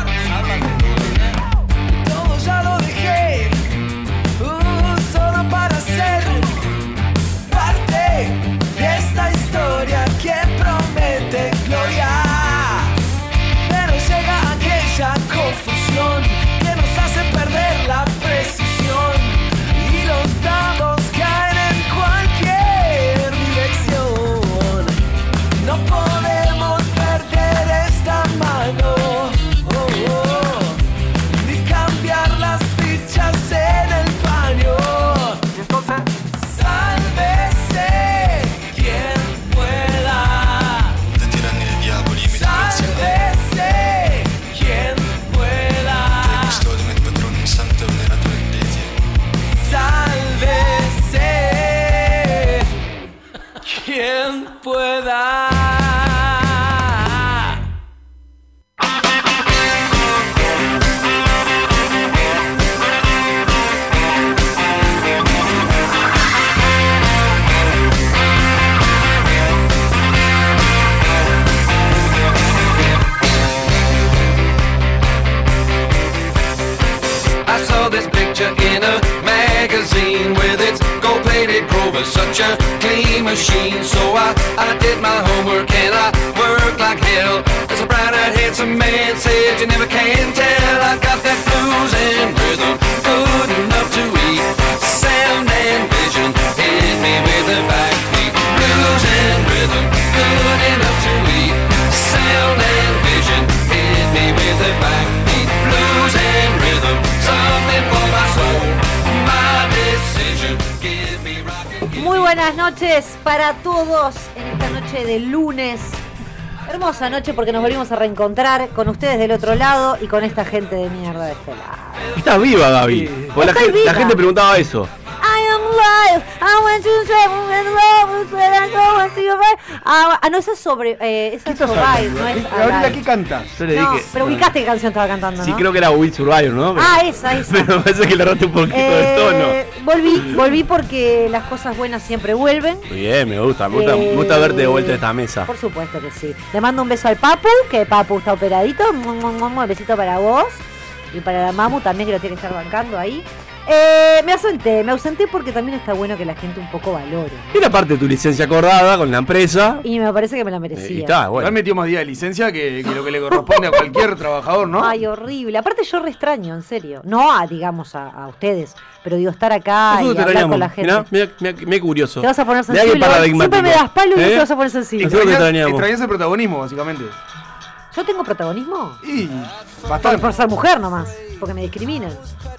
Uh, Oh, quien pueda. I saw this picture in a magazine with its gold-plated Grover, such a clean machine. So I, I did my homework and I worked like hell. As a bright-eyed handsome man said, you never can tell. I got that blues and rhythm, good enough to eat. Sound and vision hit me with a backbeat. Blues and rhythm, good enough to eat. Sound and vision hit me with a backbeat. Blues and rhythm, something for my soul. My decision, give me rock and give Muy me- buenas noches para todos en esta noche de lunes. Hermosa noche porque nos volvimos a reencontrar con ustedes del otro lado y con esta gente de mierda de este lado. Estás viva, Gaby. Porque la, Estoy gente, la viva. gente preguntaba eso. I am live, I want to travel and love with what I know and see you back. Ah, ah, no, esa es sobre. eh, esa es Survive, no es Gabriela, ¿qué Alive. cantas? Yo le No, dije. eh, pero ubicaste qué canción estaba cantando, Sí, ¿no? creo que era Will Survivor, ¿no? Ah, esa, esa. Pero me parece que le erraste un poquito Eh, de tono. volví, volví porque las cosas buenas siempre vuelven. Muy bien, me gusta, me gusta, Eh, me gusta verte de vuelta en esta mesa. Por supuesto que sí. Le mando un beso al Papu, que Papu está operadito. Mua, mua, mua, mua. Besito para vos. Y para la Mamu también, que lo tiene que estar bancando ahí. Eh, me ausenté, me ausenté porque también está bueno que la gente un poco valore. Y la parte de tu licencia acordada con la empresa. Y me parece que me la eh, merecía. Y está, Igual bueno. metió más día de licencia que, que lo que le corresponde a cualquier trabajador, ¿no? Ay, horrible. Aparte yo re extraño, en serio. No a, digamos, a, a ustedes, pero digo, estar acá y Nosotros hablar extrañamos. con la gente. Mirá, mirá, mirá, mirá curioso. Te vas a poner Mirá qué sensible. hoy. paradigmático. Siempre me das palo y ¿Eh? te vas a poner sensible. Nosotros te extrañamos. Extrañas el protagonismo, básicamente. ¿Yo tengo protagonismo? Y Por, bastante. por ser mujer nomás, porque me discriminan.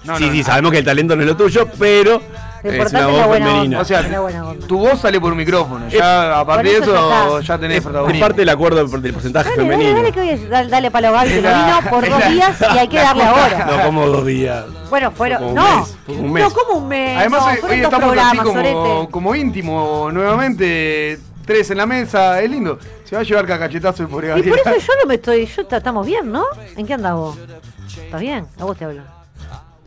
No, sí, no, sí, no. sabemos que el talento no es lo tuyo, pero Lo es importante una es la voz buena femenina. onda. O sea, Una buena onda. tu voz sale por un micrófono. Ya a partir de eso ya eso estás. ya tenés es protagonismo. parte del acuerdo del del porcentaje Dale, dale, femenino. dale, que hoy- dale, dale palo a Gaby, que Es no la- vino por es dos la- días y hay que darle ahora. No, como dos días. bueno, fueron. como un No, mes, fue como un mes. no como un mes. Eh, no, Además, eh, hoy, fueron hoy dos estamos así programas, como, sorete. como íntimo nuevamente. Tres en la mesa, es lindo. Se va a llevar cacachetazo el pobre Y por Gabriela. eso yo no me estoy. Yo ta- estamos bien, ¿no? ¿En qué andas vos? ¿Estás bien? A vos te hablo.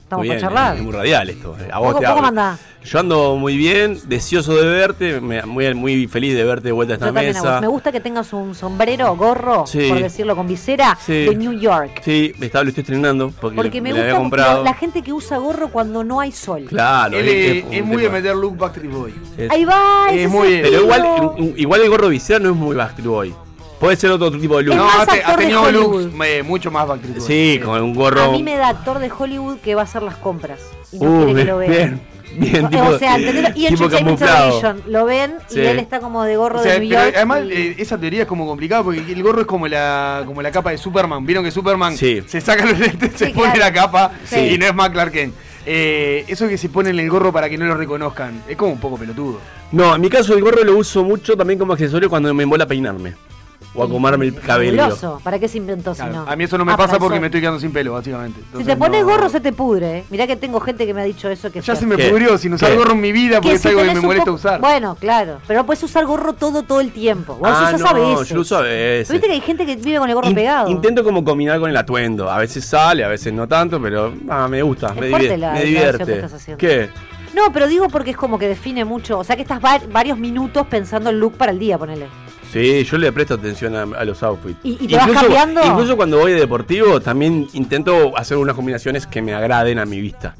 Estamos Muy para bien, charlar. Es muy radial esto. eh. A vos ¿Cómo- te cómo hablo. andás? Yo ando muy bien, deseoso de verte, me- muy, muy feliz de verte de vuelta a Yo esta también a mesa. vos. Me gusta que tengas un sombrero, gorro, Sí. por decirlo con visera, Sí. de New York. Sí, está, lo estoy estrenando porque, Porque me lo había gusta comprado. la gente que usa gorro cuando no hay sol. Claro, Él es- eh, es un es muy de tema. meter look Backstreet Boy. Es- Ahí va, Eh, ese es muy el bien. Pero estilo. igual, igual el gorro visera no es muy Backstreet Boy. Puede ser otro tipo de look. Es No, más ha, te- ha actor de tenido Hollywood. looks eh, mucho más Backstreet Boy. Sí, con un gorro. A mí me da actor de Hollywood que va a hacer las compras. Y no Uh, quiere que lo bien, vean. bien, bien, No, tipo, o sea, ¿entendés? Y en tipo Entertainment camuflado. Television lo ven Sí. y él está como de gorro O sea, de New pero York. además y- eh, esa teoría es como complicada porque el gorro es como la como la capa de Superman. Vieron que Superman Sí. se saca los lentes, se Sí, pone claro. la capa Sí. y no es más Clark Kent. Eh, eso que se ponen el gorro para que no lo reconozcan es como un poco pelotudo. No, en mi caso el gorro lo uso mucho también como accesorio cuando me embola peinarme. O a comarme el cabello. Fabuloso. ¿Para qué se inventó si Claro, no? A mí eso no me Ah, pasa para porque eso. me estoy quedando sin pelo, básicamente. Si Entonces, te pones no- gorro se te pudre, eh. Mirá que tengo gente que me ha dicho eso que Ya es se me ¿Qué? pudrió sin usar ¿Qué? gorro en mi vida porque es algo que tenés me un molesta poco- usar. Bueno, claro. Pero no puedes usar gorro todo, todo el tiempo. Vos Ah, usás no, a veces. yo lo uso a veces. ¿Viste que hay gente que vive con el gorro In- pegado? Intento como combinar con el atuendo. A veces sale, a veces no tanto, pero ah, me gusta, me, fuerte divie- la me declaración divierte. que estás haciendo. ¿Qué? No, pero digo porque es como que define mucho. O sea que estás va- varios minutos pensando el look para el día, ponele. Sí, yo le presto atención a, a los outfits. ¿Y- y te vas cambiando? incluso cuando voy de deportivo, también intento hacer unas combinaciones que me agraden a mi vista.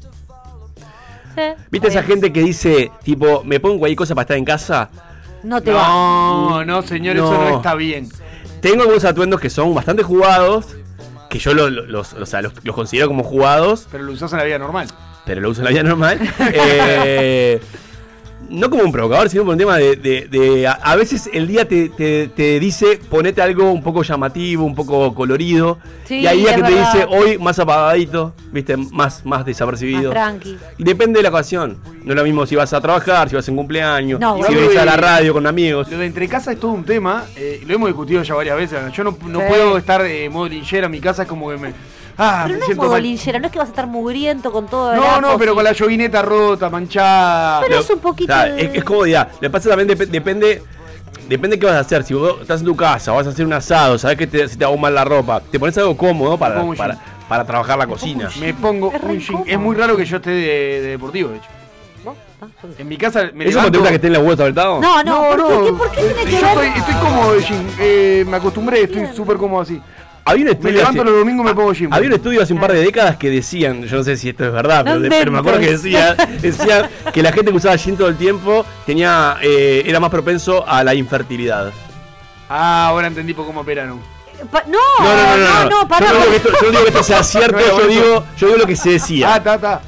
¿Viste esa gente que dice, tipo, me pongo cualquier cosa para estar en casa? No te va. No, no, señor, eso No. no está bien. Tengo algunos atuendos que son bastante jugados, que yo lo- lo- los, o sea, los, los considero como jugados, Pero lo usás en la vida normal. pero lo uso en la vida normal. Eh, no como un provocador, sino por un tema de... de- de- a, a veces el día te, te- te dice ponete algo un poco llamativo, un poco colorido. Sí, y hay días es que te verdad. dice hoy más apagadito, viste, más, más desapercibido. Más tranqui. Depende de la ocasión. No es lo mismo si vas a trabajar, si vas en cumpleaños, No, si bueno. venís a la radio con amigos. Lo de entre casa es todo un tema, eh, lo hemos discutido ya varias veces. Yo no, no Sí. puedo estar eh, modo linchera en mi casa, es como que me. Ah, Pero me no es siento modo mal. linchera, no es que vas a estar mugriento con todo el No, ajo, no, pero sí. con la llovineta rota, manchada. Pero- Lo- es un poquito Está, de- es, es comodidad. Lo que pasa también dep- depende Depende de qué vas a hacer. Si vos estás en tu casa, vas a hacer un asado, sabes que te, se te va a ahumar la ropa, te pones algo cómodo para, Pongo un para, para trabajar la cocina. Me pongo Es re un jean. incómodo. Es muy raro que yo esté de, de deportivo, de hecho. En mi casa me ¿Eso no te gusta que estén los huevos apretados? No, no, ¿por, Qué, ¿por qué tiene que Yo ver? estoy, estoy cómodo de jean. Eh, me acostumbré, estoy súper cómodo así. Había un Me estudio. levanto hace- Ah, los domingos y me pongo jean. Había un estudio hace un par de décadas que decían, yo no sé si esto es verdad, No pero, de- pero me acuerdo que inventes. decía, decía que la gente que usaba jean todo el tiempo tenía, eh, era más propenso a la infertilidad. Ah, ahora entendí por cómo operaron. Pa- no, No, no, no, no, no. pará, yo, no digo que porque- esto, yo no digo que esto sea cierto, No, no, yo, eso- digo, yo digo lo que se decía. Ah, está, está.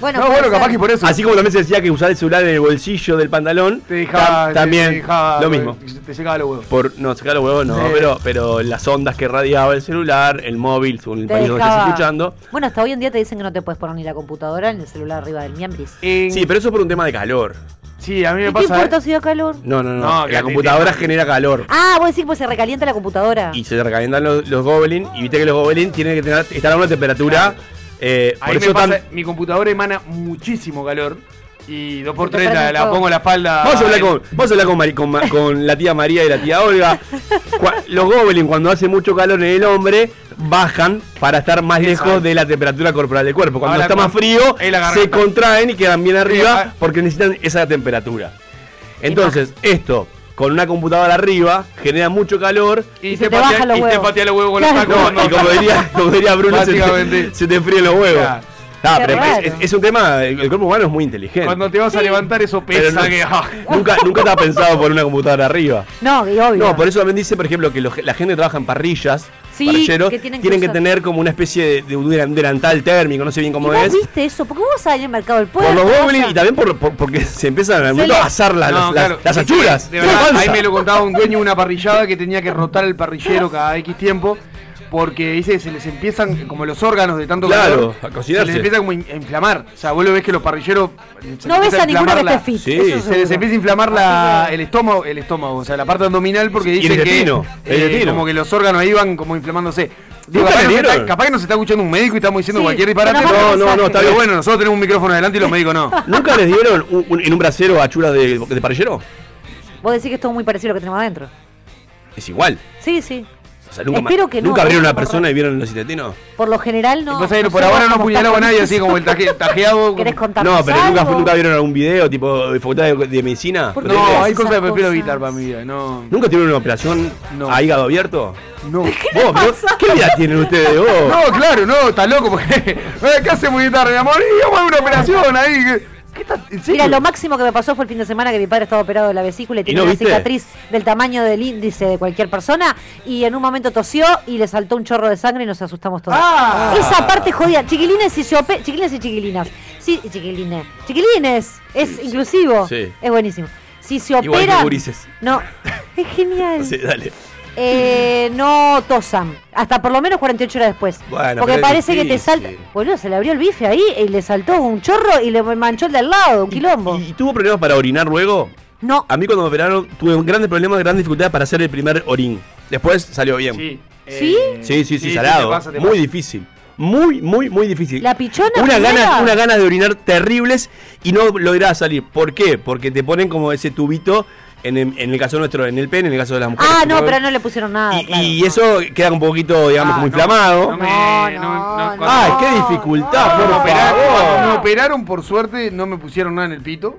Bueno, No, puede bueno, capaz ser. que por eso. Así como también se decía que usar el celular en el bolsillo del pantalón, te dejaba. tam- te- también te dejaba- lo mismo. Te, te secaba los huevos. Por, no, sacar los huevos no, Sí. pero, pero las ondas que radiaba el celular, el móvil, según el Te país donde estés dejaba- escuchando. Bueno, hasta hoy en día te dicen que no te puedes poner ni la computadora ni el celular arriba del miembris. En- Sí, pero eso por un tema de calor. sí, a mí ¿Y Eh, me qué pasa. ¿eh? importa si da calor? No, no, no. No, que la te- computadora te- genera calor. Ah, vos decís que pues se recalienta la computadora. Y se recalentan los, los goblins. Y viste que los goblins tienen que tener, estar a una temperatura. eh, por Ahí me eso pasa, tan. mi computadora emana muchísimo calor. Y dos por Te tres la, prende la todo. pongo la falda. Vamos a hablar con, vamos a hablar con, Mari- con Ma- con la tía María y la tía Olga. Cua- los goblins, cuando hace mucho calor en el hombre, bajan para estar más lejos de la temperatura corporal del cuerpo. Cuando Ahora está con- más frío, en la garganta. se contraen y quedan bien arriba ah. porque necesitan esa temperatura. Entonces, esto, con una computadora arriba, genera mucho calor. Y, Y te, se te patea- bajan los y te huevos. patea los huevos con los Claro. tacos. No, cuando- y como diría, como diría Bruno, se te, Básicamente. se te fríen los huevos. Claro. Ah, Qué pero raro. es, es un tema, el el cuerpo humano es muy inteligente. Cuando te vas a levantar eso Pero pesa no- que. ah. nunca, nunca te ha pensado por una computadora arriba. No, y obvio. No, por eso también dice, por ejemplo, que los- la gente que trabaja en parrillas, Sí, parrilleros, que tienen, tienen que cosas. tener como una especie de, de un delan- delantal térmico, no sé bien ¿Y cómo vos es. viste eso? ¿Por qué vos salís al mercado del pueblo? Por los goblins y también por, por- porque se empiezan al momento le- a asar las, No, las- las- claro. las achuras. De la verdad, panza. ahí me lo contaba un dueño de una parrillada que tenía que rotar el parrillero cada X tiempo. Porque dice, se les empiezan como los órganos de tanto Claro, calor, a Se cocinarse. les empieza como in- a inflamar. O sea, vos lo ves que los parrilleros. se No les ves empieza a ninguno que inflamar esté la- fit. Sí. eso Se Se les seguro. empieza a inflamar la- el estómago, el estómago, o sea, la parte abdominal porque Y el dicen que eh, intestino, el intestino. como que los órganos ahí van como inflamándose. Digo, ¿Nunca capaz, que le no se dieron? está- capaz que nos está escuchando un médico y estamos diciendo Sí, cualquier que disparate. nos manda pero- No, no, no, está Pero bien. bueno, nosotros tenemos un micrófono adelante y los médicos no. ¿Nunca les dieron un- un- en un brasero achuras de, de parrillero? Vos decís que es todo muy parecido a lo que tenemos adentro. Es igual. Sí, sí. O sea, nunca, Espero que no, ¿Nunca abrieron no, una por persona y vieron los intestinos? Por lo general no. Entonces, no por somos ahora no como apuñalaba a tan- nadie así como el taje- tajeado. ¿Querés contarnos No, pero nunca, algo? nunca vieron algún video tipo de facultad de, de medicina. ¿Por qué? ¿Ustedes? No, hay Esas cosas que prefiero cosas. evitar para mi vida. No, ¿Nunca tuvieron una operación No. a hígado abierto? no. ¿Vos, vos- ¿Qué vida tienen ustedes vos? No, claro, no, está loco. Porque, eh, ¿Qué hace muy tarde, mi amor? Y vamos a una operación ahí. ¿Qué, qué está- en serio? Mira, lo máximo que me pasó fue el fin de semana que mi padre estaba operado de la vesícula y tenía no una viste? cicatriz del tamaño del índice de cualquier persona y en un momento tosió y le saltó un chorro de sangre y nos asustamos todos. Ah. Esa parte jodida. Chiquilines y sope, chiquilines y chiquilinas. Sí, chiquilines. Chiquilines, es inclusivo. sí. Es buenísimo. Si se Igual que operan. gurises. No, es genial. Sí, dale. Eh, no tosan. Hasta por lo menos 48 horas después. Bueno, Porque pero es parece que te difícil. salta. Boludo, se le abrió el bife ahí y le saltó un chorro y le manchó el de al lado, un quilombo. ¿Y, y tuvo problemas para orinar luego? No. A mí cuando me operaron tuve un grandes problemas, grandes dificultades para hacer el primer orín. Después salió bien. Sí. ¿Sí? eh, sí, sí, sí, te salado. pasa, te muy pasa. difícil. Muy, muy, muy difícil. ¿La pichona Unas primera? ganas, unas ganas de orinar terribles y no lográs salir. ¿Por qué? Porque te ponen como ese tubito, en el, en el caso nuestro, en el pene, en el caso de las mujeres. Ah, no, supongo. pero no le pusieron nada. Y, claro, y no. eso queda un poquito, digamos, Ah, como no, inflamado. no me- No, Eh, no, no, no, no, cuando- Ay, qué dificultad, Cuando por me no. operaron, favor. cuando me operaron, por suerte, no me pusieron nada en el pito.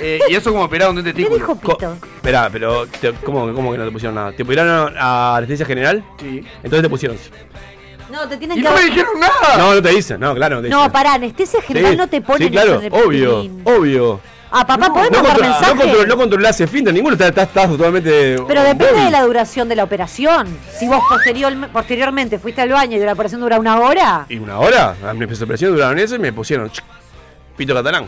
Eh, y eso como operaron de un ¿Qué testículo. dijo Co- Pito? Esperá, pero te- ¿cómo, cómo que no te pusieron nada? ¿Te pusieron a anestesia general? Sí. Entonces te pusieron. No, te tienen Y que. no me dijeron nada. No, no te dicen, no, claro, no te Ah. No, dicen. para anestesia general Sí, no te ponen Sí, claro, eso en el obvio, pilín. obvio. Ah, papá, ¿podemos No, mandar control- mensaje? no, control- no controlás el finta, ninguno está, está- estás totalmente. Pero depende móvil. de la duración de la operación. Si vos posterior- posteriormente fuiste al baño y la operación dura una hora. Y una hora, a mi operación duraron eso y me pusieron. ch- Pito catalán.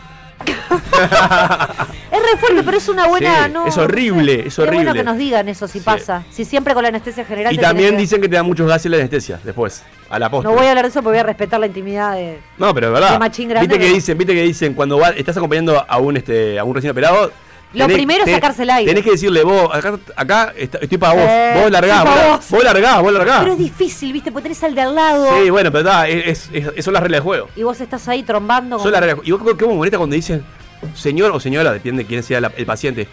Es re fuerte, pero es una buena. Sí, no, es horrible, no sé. es horrible. Es bueno que nos digan eso si Sí. pasa. Si siempre con la anestesia general. Y te tenés también que- dicen que te dan muchos gases la anestesia después, a la posta. No voy a hablar de eso porque voy a respetar la intimidad de. No, pero es verdad. De machín grande viste que que- dicen, viste que dicen cuando va- estás acompañando a un este a un recién operado. Lo primero es sacarse el aire. Tenés que decirle vos, acá, acá está- estoy para vos, Eh, vos largás, estoy vos, pa' la- vos. vos largás, vos largás. Pero es difícil, ¿viste? Porque tenés al de al lado Sí, bueno, pero está, es, es- es- son las reglas de juego. y vos estás ahí trombando. Son con- las reglas de juego. Y vos qué- qué me molesta cuando dicen señor o señora, depende de quién sea la- el paciente.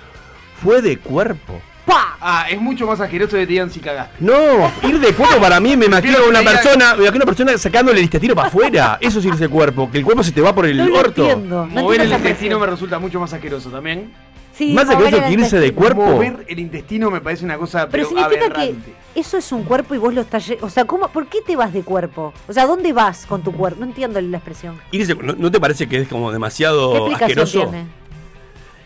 fue de cuerpo. ¡Pah! Ah, es mucho más asqueroso que te digan si cagaste. No, ir de cuerpo para mí me imagino Prefiero una que digan- persona, me imagino una persona sacándole el intestino para afuera. Eso sí es irse de cuerpo, que el cuerpo se te va por el No lo orto. entiendo. No Mover entiendo el esa intestino presión. me resulta mucho más asqueroso también. Sí, Más mover asqueroso el que irse de intestino. cuerpo. Mover el intestino me parece una cosa Pero pero, significa que aberrante. eso es un cuerpo y vos lo estás... lle- O sea, ¿cómo, ¿por qué te vas de cuerpo? O sea, ¿dónde vas con tu cuerpo? No entiendo la expresión. Irse- ¿no, no te parece que es como ¿Qué demasiado explicación Oh, asqueroso? tiene?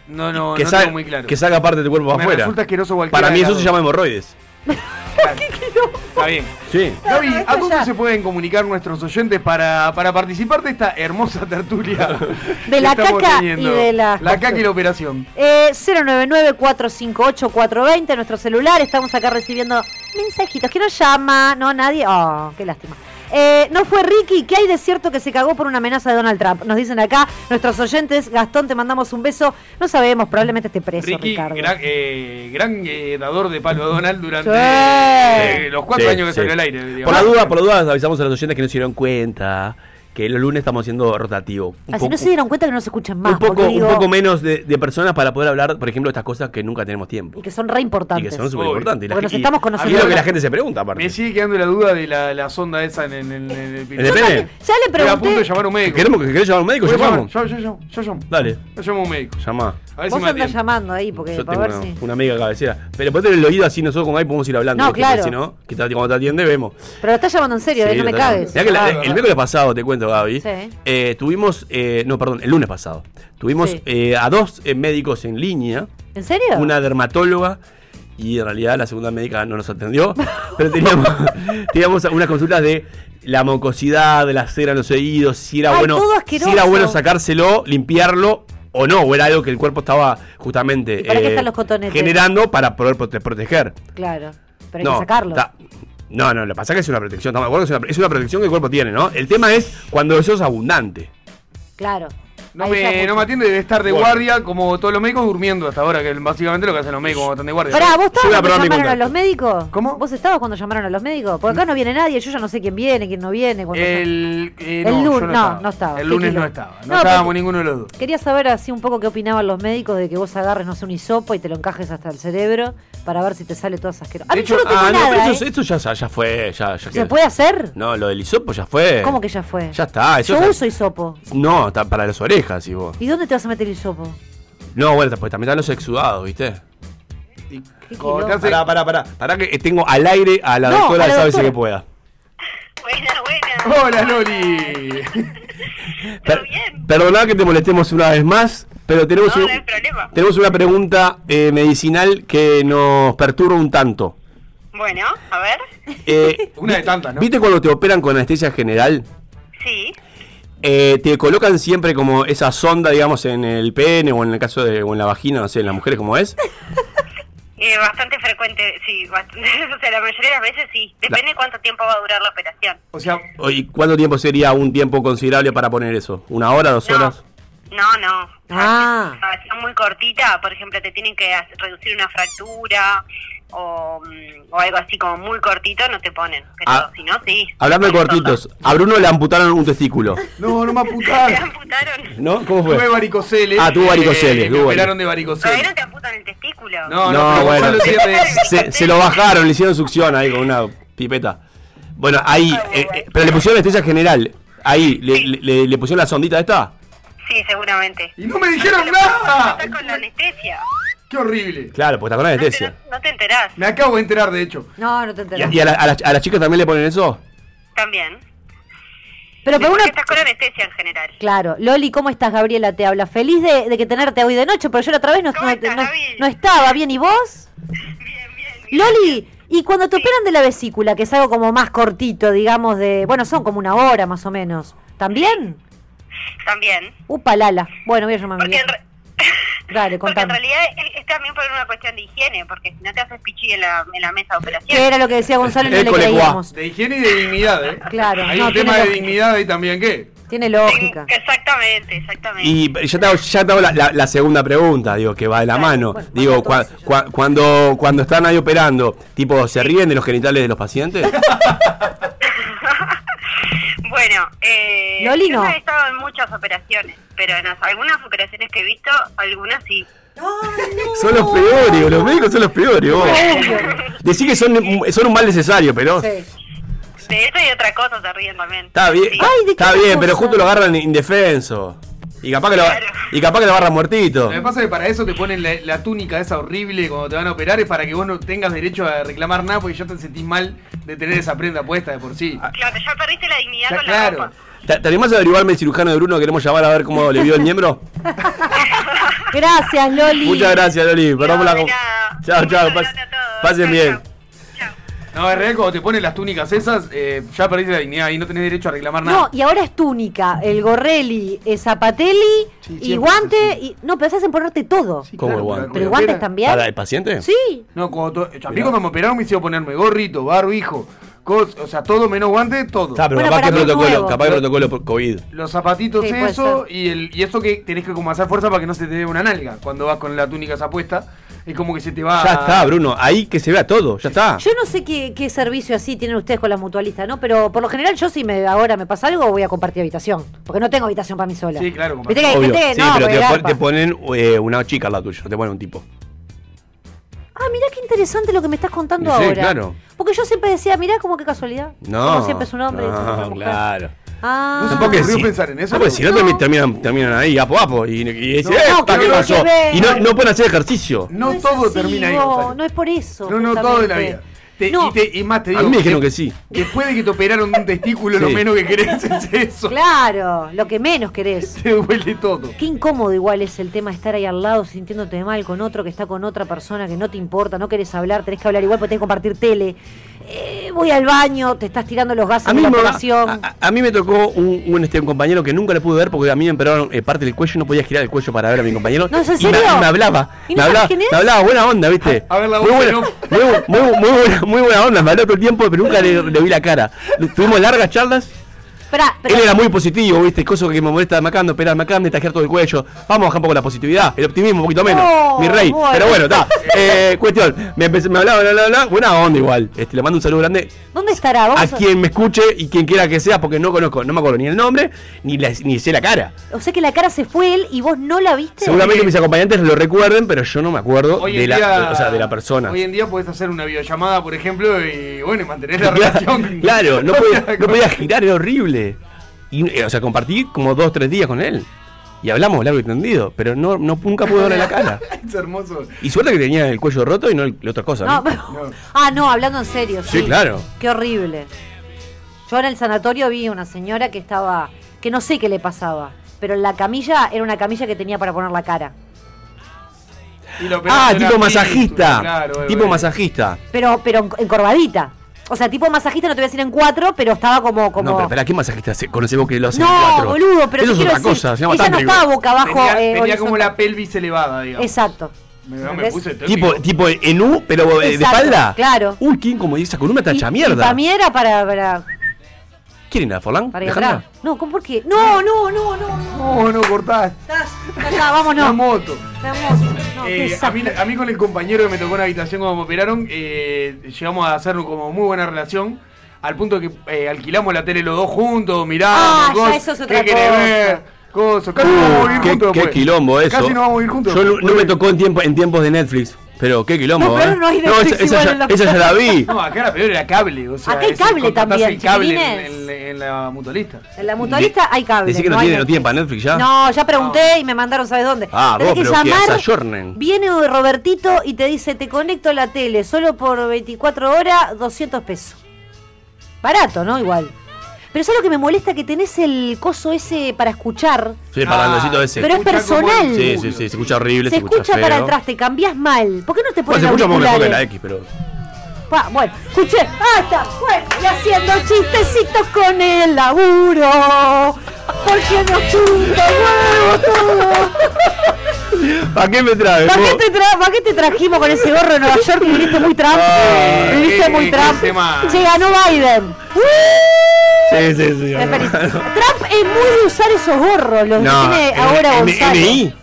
No, no, que, no sal- tengo muy claro. que salga parte de tu cuerpo para Me afuera. resulta asqueroso cualquiera Para mí de eso las se dos. llama hemorroides. Está bien. Sí. Gaby, no, esto ¿a dónde ya. se pueden comunicar nuestros oyentes para, para participar de esta hermosa tertulia? De que la estamos caca y de la- La caca y la operación. Eh, 099-458-420, nuestro celular. Estamos acá recibiendo mensajitos. ¿Quién nos llama? No, nadie. Oh, qué lástima. Eh, no fue Ricky, que hay de cierto que se cagó por una amenaza de Donald Trump. Nos dicen acá nuestros oyentes. Gastón, te mandamos un beso. No sabemos, probablemente esté preso, Ricky, Ricardo. gran, eh, gran, eh, dador de palo a Donald durante Sí. eh, los cuatro Sí, años que sí. salió al aire. Por digamos. la duda, por la duda avisamos a los oyentes que no se dieron cuenta que los lunes estamos haciendo rotativo. Un Así no poco- se dieron cuenta que no se escuchan más. un poco, porque digo- un poco menos de, de personas para poder hablar, por ejemplo, de estas cosas que nunca tenemos tiempo. Y que son re Y importantes. que son súper importantes. Porque nos estamos conociendo. lo que la gente se pregunta, aparte. Me sigue quedando la duda de la, la sonda esa en, en- en- en el ¿En el pene? Ya Estoy a le punto de pregunté. llamar a un médico. ¿Queremos que querés llamar a un médico? Voy a llamar, Llamamos. Yo, yo, yo, yo llamo. Dale, Yo llamo a un médico. llama. A ver si Vos me andás atiende. llamando ahí, porque Yo para tengo ver una, si. una amiga cabecera. Pero ponte el oído así nosotros con ahí podemos ir hablando. No, ¿viste? Porque claro. Si no, que te- cuando te atiende vemos. Pero lo estás llamando en serio, eh, Sí, no me total. cagues. Mirá que Ah, la- el- el verdad. miércoles pasado, te cuento, Gaby. Sí. eh, tuvimos, eh, no, perdón, el lunes pasado. Tuvimos Sí. eh, a dos eh, médicos en línea, ¿En serio? una dermatóloga. Y en realidad la segunda médica no nos atendió, pero teníamos, teníamos unas consultas de la mocosidad, de la cera en los oídos, si era Ay, bueno, todo si asqueroso. era bueno sacárselo, limpiarlo o no, o era algo que el cuerpo estaba ¿Y justamente eh, para qué están los cotonetes? generando para poder prote- proteger. Claro. Pero hay que sacarlo. ta- no, no, lo que pasa es que es una protección. Estamos de acuerdo, que es una, es una protección que el cuerpo tiene, ¿no? El tema es cuando eso es abundante. Claro. No Ahí ya me, es no me mucho. atiende, debe estar de Bueno. guardia, como todos los médicos durmiendo hasta ahora, que es básicamente lo que hacen los médicos cuando están de guardia. Pará, ¿vos Yo voy a estabas probar cuando mi llamaron a contacto. los médicos? ¿Cómo? ¿Vos estabas cuando llamaron a los médicos? Porque acá no viene nadie, yo ya no sé quién viene, quién no viene. cuando llama- El, eh, El no, yo lunes- no, estaba. no estaba. El Qué lunes no quilombo. estaba. No, No, estábamos porque- ninguno de los dos. Quería saber así un poco qué opinaban los médicos de que vos agarres, no sé, un hisopo y te lo encajes hasta el cerebro para ver si te sale todas asquerosas. A De mí yo hecho, no tengo ah, no, nada, pero eso, ¿eh? esto ya, ya fue. Ya, ya ¿Se quedó. puede hacer? No, lo del hisopo ya fue. ¿Cómo que ya fue? Eh. Ya está, eso Yo ya- uso hisopo. No, está para las orejas, y vos. ¿Y dónde te vas a meter el hisopo? No, bueno, pues también están los exudados, ¿viste? Y Qué cortarse- Pará, pará, pará. Pará que eh, tengo al aire a la No, doctora a la de Sabe si doctora. que pueda. Buena, buena. Hola, Loli. Per- bien. Perdoná que te molestemos una vez más, pero tenemos, No, un- no hay problema. tenemos una pregunta eh, medicinal que nos perturba un tanto. Bueno, a ver. Eh, Una de tantas, ¿no? ¿Viste cuando te operan con anestesia general? Sí. Eh, te colocan siempre como esa sonda, digamos, en el pene o en el caso de o en la vagina, no sé, en las mujeres como es. Eh, bastante frecuente, sí. Bastante, o sea, la mayoría de las veces sí. Depende La- cuánto tiempo va a durar la operación. O sea, O- ¿Y cuánto tiempo sería un tiempo considerable para poner eso? ¿Una hora, dos horas? No, no. no. Ah. La operación muy cortita, por ejemplo, te tienen que hacer- reducir una fractura o, mm, o algo así como muy cortito, no te ponen. Pero Ah. si no, sí. Hablando de Puedes cortitos, cortar. a Bruno le amputaron un testículo. no, no me Te apuntar. amputaron. ¿No? ¿Cómo fue? Tuve varicocele. Ah, tuvo varicocele, Eh, tuvo me varic- operaron de Todavía varicocele. no te amputan el testículo. No, No, no, bueno. bueno. se, se lo bajaron, le hicieron succión ahí con una pipeta. Bueno, ahí, eh, eh, pero le pusieron anestesia general. Ahí, le, le- le pusieron la sondita esta. Sí, seguramente. Y no me dijeron Pero nada. Está con la anestesia. Qué horrible. Claro, porque está con No te, anestesia. no te enterás. Me acabo de enterar, de hecho. No, no te ¿Y, a, enterás. y a la- a las, a las chicas también le ponen eso? También. Pero para Porque una... estás con anestesia en general. Claro, Loli, ¿cómo estás, Gabriela? Te habla. Feliz de, de que tenerte hoy de noche, pero yo la otra vez no, ¿Cómo no- estás, no- Gaby? no estaba. ¿Bien y vos? Bien, bien, bien. Loli, y cuando te operan de la vesícula, que es algo como más cortito, digamos, de. Bueno, son como una hora más o menos. ¿También? También. Upa lala. Bueno, voy a llamar a mi Porque en, vieja. re- Dale, porque en contame. realidad es, es también por una cuestión de higiene, porque si no te haces pichi en la, en la mesa de Que operación. era lo que decía Gonzalo y no El le colecuá. creíamos. De higiene y de dignidad, ¿eh? Claro, Hay no, un tiene tema de lógica. dignidad ahí también, ¿qué? Tiene Sí, lógica. Exactamente, exactamente. Y ya te hago, ya te hago la, la- la segunda pregunta, digo, que va de la Claro, mano. bueno, digo, bueno, cua- entonces cua- cuando, cuando están ahí operando, tipo, ¿se ríen de los genitales de los pacientes? Bueno, eh, Loli yo no. he estado en muchas operaciones, pero en las- algunas operaciones que he visto, algunas sí. Son los peores, los médicos son los peores. vos. Decí que son, son un mal necesario, pero. Sí. De eso y otra cosa se ríen también. Está bien, Sí. Ay, ¿de qué está bien, pero cosa? justo lo agarran indefenso. Y capaz que lo, Claro. y capaz que lo agarran muertito. Lo que pasa es que para eso te ponen la, la túnica esa horrible cuando te van a operar, es para que vos no tengas derecho a reclamar nada porque ya te sentís mal de tener esa prenda puesta de por sí. Ah. Claro, ya perdiste la dignidad Ya, con la claro. ropa. ¿Te, te animás a averiguarme el cirujano de Bruno? Queremos llamar a ver cómo le vio el miembro. Gracias, Loli. Muchas gracias, Loli. Perdón por la. No, con- de nada. Chao, Un chao. beso pas- grande a todos. Pasen Chao, bien. chao. No, es real, cuando te ponen las túnicas esas, eh, ya perdiste la dignidad y no tenés derecho a reclamar nada. No, y ahora es túnica, el gorreli, el zapatelli Sí, y siempre guante. es Y... No, pero se hacen ponerte todo. Sí, ¿Cómo el pero guante? cuando ¿Pero te guantes operan- también? ¿Para el paciente? Sí. No, cuando to- a mí cuando me operaron me hicieron ponerme gorrito, barbijo, cos- o sea, todo menos guante, todo. Está, Ah, pero Bueno, capaz que para que es protocolo, nuevo. capaz que protocolo por COVID. Los zapatitos Sí, puede eso ser. y, el, y eso que tenés que como hacer fuerza para que no se te dé una nalga cuando vas con la túnica esa puesta. Es como que se te va... Ya está, Bruno. Ahí que se vea todo, ya está. Ah. Yo no sé qué, qué servicio así tienen ustedes con las mutualistas, ¿no? Pero por lo general yo si me, ahora me pasa algo voy a compartir habitación. Porque no tengo habitación para mí sola. Sí, claro, compartir. Viste que hay Obvio. gente, Sí, no, pero porque te, pon- garpa. te ponen eh, una chica al lado tuyo, no te ponen un tipo. Ah, mirá qué interesante lo que me estás contando Sí, ahora. claro. Porque yo siempre decía, mirá como qué casualidad. No. Como siempre es un hombre. y No, siempre es una mujer. claro. Ah. No se me Tampoco que ocurrió si- pensar en eso, No, porque si no, no. termi- terminan, terminan ahí, apo apo. Y, y dicen, No, "Epa, no, que ¿qué no, pasó? que ve- Y no, no pueden hacer ejercicio. No, es todo así, termina ahí. no, Gonzalo. no es por eso. No, no, todo de la vida. justamente. Te- No. y, te- y más te digo. A mí me dijeron de- que sí. Después de que te operaron de un testículo, lo Sí. menos que querés es eso. Claro, lo que menos querés. Te duele todo. Qué incómodo igual es el tema de estar ahí al lado sintiéndote mal con otro que está con otra persona que no te importa, no querés hablar, tenés que hablar igual porque tenés que compartir tele. Eh, voy al baño, te estás tirando los gases A de mí, la me, operación. a- a- a mí me tocó un, un, este, un compañero que nunca le pude ver porque a mí me operaron eh, parte del cuello y no podía girar el cuello para ver a mi compañero. No, ¿es en Y me- serio? me, hablaba. ¿Y no me, sabes hablaba quién es? me hablaba, buena onda, ¿viste? A ver, la muy voz buena, en muy, off. muy- muy buena, muy buena onda. Me habló todo el tiempo, pero nunca le, le vi la cara. Tuvimos largas charlas. Pará, pero- Él era muy positivo, ¿viste? Cosa que me molesta de Macando, esperar Macando, tajear todo el cuello. Vamos a bajar un poco la positividad, el optimismo un poquito menos. Oh, mi rey. bueno. Pero bueno, está. Eh, cuestión. Me, empecé- me hablaba, bla, bla, bla. Buena onda igual. Este, le mando un saludo grande ¿Dónde estará? a Ah, Vamos a- quien me escuche y quien quiera que sea, porque no conozco, no me acuerdo ni el nombre, ni, la- ni sé la cara. O sea que la cara se fue él y vos no la viste. Seguramente mis acompañantes lo recuerden, pero yo no me acuerdo Hoy de en la, día- de- o sea, de la persona. Hoy en día podés hacer una videollamada, por ejemplo, y bueno, y mantener la relación. Claro, no podía, no podía girar, era horrible. Y, eh, o sea, compartí como dos, tres días con él. Y hablamos largo y tendido, pero no, no nunca pude verle la cara. Es hermoso. Y suerte que tenía el cuello roto y no el- la otra cosa. No, ¿no? No. Ah, no, hablando en serio. Sí, Sí, claro. Qué horrible. Yo en el sanatorio vi una señora que estaba, que no sé qué le pasaba, pero la camilla era una camilla que tenía para poner la cara. Y la Ah, operación tipo era masajista. fístula, claro, bueno, tipo bueno. masajista. Pero, pero enc- encorvadita. O sea, tipo masajista, no te voy a decir en cuatro, pero estaba como. como... No, pero espera, ¿qué masajista se- conocemos que lo hacen No, cuatro? boludo, pero te Eso es quiero otra decir, cosa, se llama Ella no tántrico. estaba boca abajo. Tenía, eh, tenía como horizontal. la pelvis elevada, digamos. Exacto. Me, me ¿Entendés? puse técnico. Tipo, tipo en U, pero eh, de Exacto, espalda. Uh, claro. Uy, ¿quién como dice? Con una tacha mierda. Para mí era para, para, ¿Quién era, Forlán? para ir ¿Alejandra? atrás. No, ¿cómo por qué? No, no, no, no. no. No, no, cortás. Estás, allá, vámonos. La moto. Estamos. No, qué Eh, a, mí, desastre. a mí con el compañero que me tocó en la habitación cuando me operaron, eh, llegamos a hacer como muy buena relación. Al punto que eh, alquilamos la tele los dos juntos, mirábamos, Ah, ya cosas, eso es otra ¿qué querés cosa. ver? Cosas, casi nos vamos a ir Uh, qué, juntos qué después. quilombo eso. Casi nos vamos a ir juntos. Yo no, no me tocó en, tiempo, en tiempos de Netflix. Pero qué quilombo, No, pero ¿eh? no hay Netflix esa, igual esa en ya, la- esa ya la vi. No, acá era peor, era cable. O sea, Acá hay ese, cable contratás también, el cable en, chiquilines. en- en la mutualista. En la mutualista hay cable. Decí que no, hay tiene, no Netflix. tiene para Netflix ya. No, ya pregunté y me mandaron, ¿sabes dónde? Ah, Tenés vos, que pero que llamar. se ayornen. Viene Robertito y te dice: Te conecto a la tele solo por 24 horas, 200 pesos. Barato, ¿no? Igual. Pero ¿sabes lo que me molesta? Que tenés el coso ese para escuchar. Sí, para el Ah, andecito ese. pero es escucha como- personal. Sí, sí, sí, se escucha horrible, Se escucha feo. para el traste, cambiás mal. ¿Por qué no te Bueno, pones se escucha muy mejor que la auriculares? X, pero. Pa, bueno, escuché, hasta, bueno, y haciendo chistecitos con el laburo, porque nos chuta huevo todo. ¿Para qué me traes? ¿Para qué, vos? te tra- para qué te trajimos con ese gorro de Nueva York y viniste muy Trump? Ay, viniste qué- muy qué Trump. tema. Se ganó Biden. ¡Uh! Sí, sí, sí. Me felicito. Trump es muy de usar esos gorros, los No, que eh, tiene ahora M- Gonzalo. MI.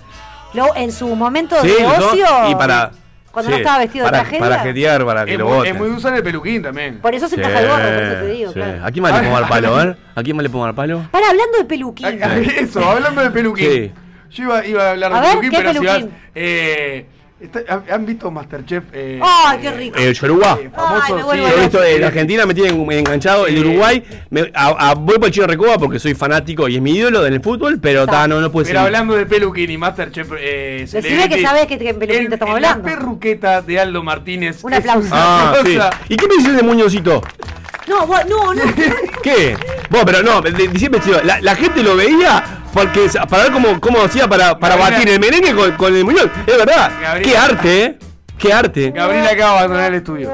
Lo- en su momento Sí, de usó, ocio. Y para. Cuando no sí, estaba vestido para, de tragedia. Para jetear, para Ah, que Es lo muy, es voten. muy usar el peluquín también. Por eso se Sí, encaja el gorro, por eso te digo. sí. claro. ¿A quién más le pongo al palo? A ver. ¿A quién más le pongo al palo? Para, hablando de peluquín. Eso, Ah, hablando de peluquín. Sí. Yo iba, iba a hablar A de ver, Peluquín, ¿qué pero si vas. Peluquín? Eh, está- ¿han- ¿Han visto Masterchef? Eh, ¡Ay, qué rico! El Yoruba. eh, famoso, Ay, me vuelvo sí. Yo he visto en Argentina me tienen enganchado, el Sí. Uruguay, me- a, a- voy para el Chino Recoba porque soy fanático y es mi ídolo del fútbol, pero Está. ta, no, no puede Pero ser. hablando de Peluquín y Masterchef, eh, Celebrity, que sabés que- que en Peluquín te estamos en la hablando. perruqueta de Aldo Martínez. Un es aplauso. una Ah, sí. cosa- ¿Y qué me dices de Muñozito? No, vos- no, no. ¿Qué? Vos, pero no, de- decime, chido, la, la gente lo veía porque es- para ver cómo, cómo hacía para, para Gabriela- batir el merengue con, con el Muñoz. Es verdad. Gabriela- Qué arte, ¿eh? Qué arte. Gabriela acaba de abandonar el estudio.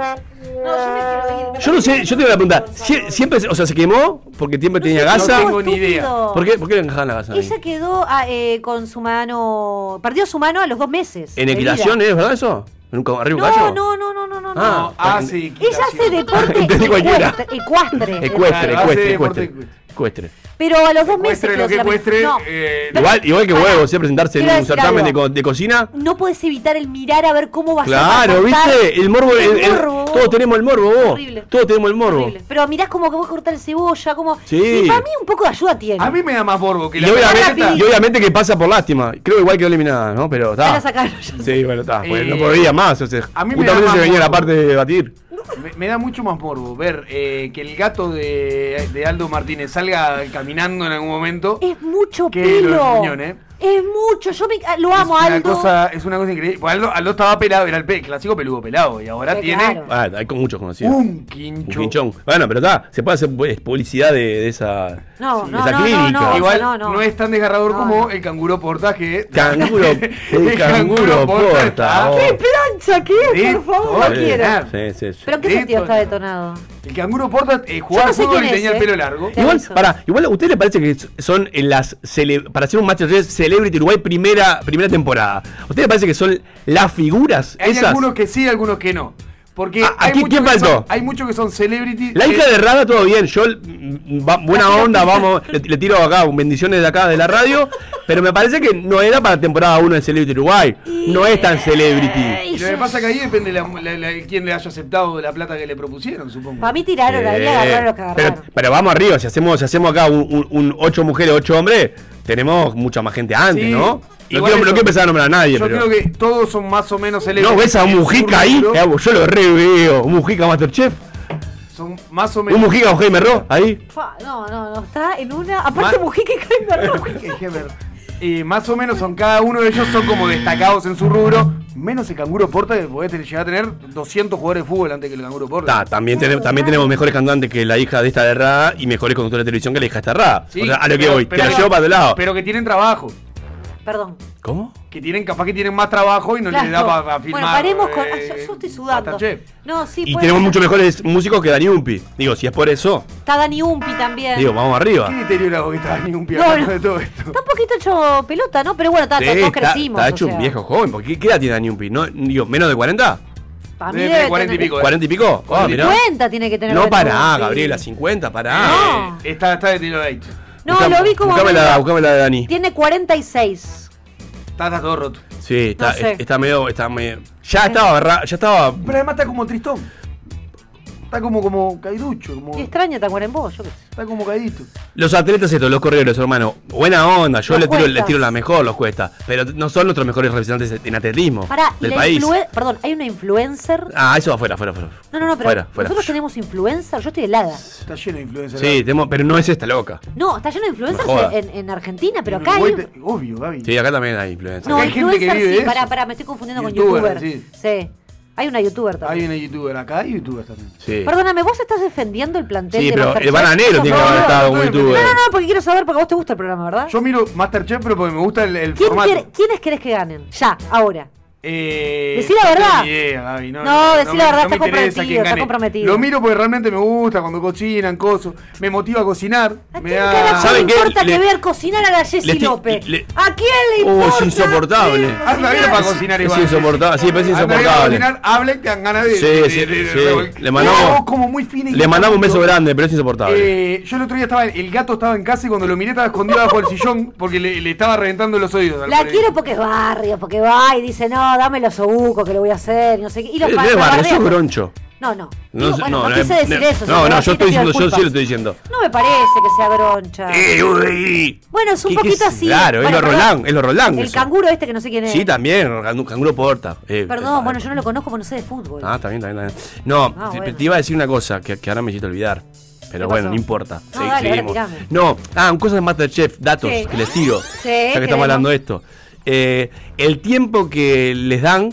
Yo no sé, yo tengo una pregunta. Sie- siempre, se- o sea, se quemó porque siempre tenía sé, gasa. No tengo ni idea. estúpido. ¿Por qué, ¿Por qué le encajaban la gasa? ahí? Ella quedó ah, eh, con su mano. Perdió su mano a los dos meses. En de equitación, vida. ¿eh? ¿Es verdad eso? ¿En un, ca- arriba un No, cacho? no, no, no, no, no. Ah. no. Ah, sí. Ella hace deporte Entendí cualquiera. ecuestre, ecuastre. Ecuestre, Claro, hace ecuestre, deporte ecuestre. Ecuestre. Pero a los dos meses. Ecuestre, lo creo que solamente. ecuestre, No. eh, Pero- Igual, igual que Pará. huevo, ¿sí? Presentarse en Quiero un decir certamen de, algo. co- de cocina. No puedes evitar el mirar a ver cómo va a ser. Claro, para cortar. ¿viste? El morbo. el- el- morbo. todos tenemos el morbo, vos. Horrible. Todos tenemos el morbo. Horrible. Pero mirás como que vos cortar el cebolla, como. Sí. Y para mí un poco de ayuda tiene. A mí me da más borbo que Y la obviamente, perruqueta. y obviamente que pasa por lástima. Creo igual quedó eliminada, ¿no? Ya Pero la está. sacaron, ya Sí, bueno, está. Pues no Eh, podía más. O sea, a mí me justamente da se más venía la morbo. parte de batir. Me, me da mucho más morbo ver eh, que el gato de, de Aldo Martínez salga caminando en algún momento. Es mucho Que pelo. los riñones. Es mucho. Yo me, ah, lo amo, ¿eh? es una Aldo. Cosa, es una cosa increíble. Pues Aldo, Aldo estaba pelado, era el pe- clásico peludo pelado. Y ahora Sí, tiene claro. Ah, hay con muchos conocidos. un Un quincho. quinchón. Bueno, pero está. Se puede hacer pues, publicidad de, de esa. No, de no, esa no, no, clínica. no, Igual no, no, no. es tan desgarrador No, como no. el canguro porta que. Canguro- el canguro porta, oh. ¡Qué plancha que es, por favor! Esto, No eh. quiero. Ah, Sí, sí, sí. ¿Pero en qué Esto sentido está no. detonado? El canguro porta eh, jugaba Yo no sé al fútbol quién y es, tenía eh. el pelo largo. Te Igual, aviso. para, igual a usted le parece que son en las cele- para hacer un Masterchef Celebrity Uruguay primera primera temporada. ¿A usted le parece que son las figuras Hay esas? algunos que sí, algunos que no. Porque Ah, hay aquí, muchos ¿quién que faltó? son- hay muchos que son celebrity. La hija que- de Rada todo bien, yo mm, va- buena onda, vamos, le, le tiro acá bendiciones de acá de la radio, pero me parece que no era para temporada 1 de Celebrity Uruguay. No es tan celebrity. Lo que pasa que ahí depende la, la- la- quién le haya aceptado de la plata que le propusieron, supongo. Para mí tiraron ahí, Eh, agarraron los que agarraron. pero, pero vamos arriba, si hacemos, si hacemos acá un, un- un ocho mujeres, ocho hombres, tenemos mucha más gente antes, Sí. ¿no? No Igual quiero, no eso- quiero empezar a nombrar a nadie, Yo pero. creo que todos son más o menos celebrities. ¿No ves a un en su Mujica ahí? rubro. Eh, yo lo re veo. Un Mujica Masterchef. Son más o Un menos. Mujica o Jaime Ro. Ahí. Fa, No, no, no, está en una. Aparte, Ma- Mujica y Jaime Rojo. Dejé ver. Eh, más o menos son cada uno de ellos son como destacados en su rubro, menos el canguro porta que podés tener- llegar a tener 200 jugadores de fútbol antes que el canguro porta. Ta, también, tenemos, también tenemos mejores cantantes que la hija de esta de Ra y mejores conductores de televisión que la hija de esta Ra. Sí, o sea, a lo que pero- voy, pero- te la llevo para tu lado. Pero que tienen trabajo, Perdón. ¿Cómo? que tienen capaz que tienen más trabajo y no Claro. les da para filmar. bueno, paremos con. eh, yo, yo estoy sudando. Masterchef. No, sí, Y puede tenemos ser. muchos mejores músicos que Dani Umpi. Digo, si es por eso, Está Dani Umpi también. digo, vamos ¿Qué arriba. deteriorado que está ni un No, piano no. de todo esto? Está un poquito hecho pelota, ¿no? Pero bueno, está, Sí, todos está, crecimos. está o hecho un sea. viejo joven. porque qué- ¿Qué edad tiene Dani Umpi? ¿No, digo, ¿Menos de 40? Para mí Debe debe tener 40 y tener- pico. ¿40 y pico? Ah, mirá. 50 tiene que tener. No Dani pará, Umpi. Gabriela, 50, pará. No. Eh, está, está deteriorado ahí. No, Buscá- lo vi como. Buscame la, buscame la de Dani. Tiene 46. Está, está todo roto. Sí, está, sé. es- está medio, está medio. Ya estaba, ra- ya estaba. Pero además está como tristón. Está como, como caiducho, como, Qué extraño tan en vos, yo qué sé. está como caidito. Los atletas estos, los corredores, hermano, buena onda, yo Los les tiro, cuestas. les tiro la mejor, los cuesta. Pero no son nuestros mejores representantes en atletismo Pará, y del la país. influen- Perdón, hay una influencer. Ah, eso va fuera, fuera, fuera. No, no, no, pero Fuera, fuera. nosotros tenemos influencer. Yo estoy helada. Está lleno de influencers. Sí, tenemos- pero no es esta loca. No, está lleno de influencers No jodas. en, en Argentina, pero En acá hay. Uruguay te- Obvio, Gaby. Sí, acá también hay influencia. No, hay gente que influencer vive sí, de pará, eso. pará, me estoy confundiendo Youtuber, con youtuber. Sí. sí. Hay una youtuber Hay también. una youtuber acá, hay youtubers también. Sí. Perdóname, vos estás defendiendo el plantel Sí, de pero Masterchef? el bananero Sos tiene que haber boludo. estado como No, no, youtuber. No, no, porque quiero saber, porque a vos te gusta el programa, ¿verdad? Yo miro Masterchef, pero porque me gusta el, el ¿Quién formato. quiere- ¿Quiénes querés que ganen? Ya, ahora. Eh, Decí la no verdad. tengo ni idea, Gaby, No, decí la verdad, está me interesa comprometido, quién está gane. comprometido. Lo miro porque realmente me gusta cuando cocinan, cosas. Me motiva a cocinar. ¿A me quién da- carajo ¿Saben le qué? importa que Le- vean cocinar a la le Jessie estoy- López? le- ¿A quién le Oh, es importa? insoportable. ver Anda Ah, bien para cocinar Es igual. insoportable, sí, pero es Anda bien para insoportable. cocinar, hablen, te dan ganas de. Sí, de- sí, de- de- sí. de- Le mandamos- Oh, como muy fina y Le mandamos un beso tanto. grande, pero es insoportable. Eh, yo el otro día estaba, el gato estaba en casa y cuando lo miré estaba escondido bajo el sillón porque le, le estaba reventando los oídos. al La pobre. quiero porque es barrio, porque va y dice, no, dame los obucos que lo voy a hacer, y no sé qué. Y los Eh, pa- no es los barrio, bardean. sos broncho. No, no. No, Digo, sé- bueno, no, no no, quise decir Em, no, eso. No, señora, no, sí te yo estoy pido diciendo, yo sí disculpas. lo estoy diciendo. No me parece que sea groncha. Eh, uy. Bueno, es un ¿Qué- qué poquito así. Claro, Bueno, es lo perdón. Roland, es lo Roland. El eso. canguro este que no sé quién es. Sí, también, cangu- canguro porta. Eh, Perdón, eh, bueno, yo no lo conozco porque no sé de fútbol. Ah, también, también, también. No, Ah, te- bueno. te iba a decir una cosa que, que ahora me hiciste olvidar. Pero ¿Qué bueno, pasó? no importa. No, Segui- dale, ahora seguimos. tirame. no, ah, un cosa de Masterchef, datos Sí. que les tiro. ya que queremos. estamos hablando de esto. Eh, el tiempo que les dan,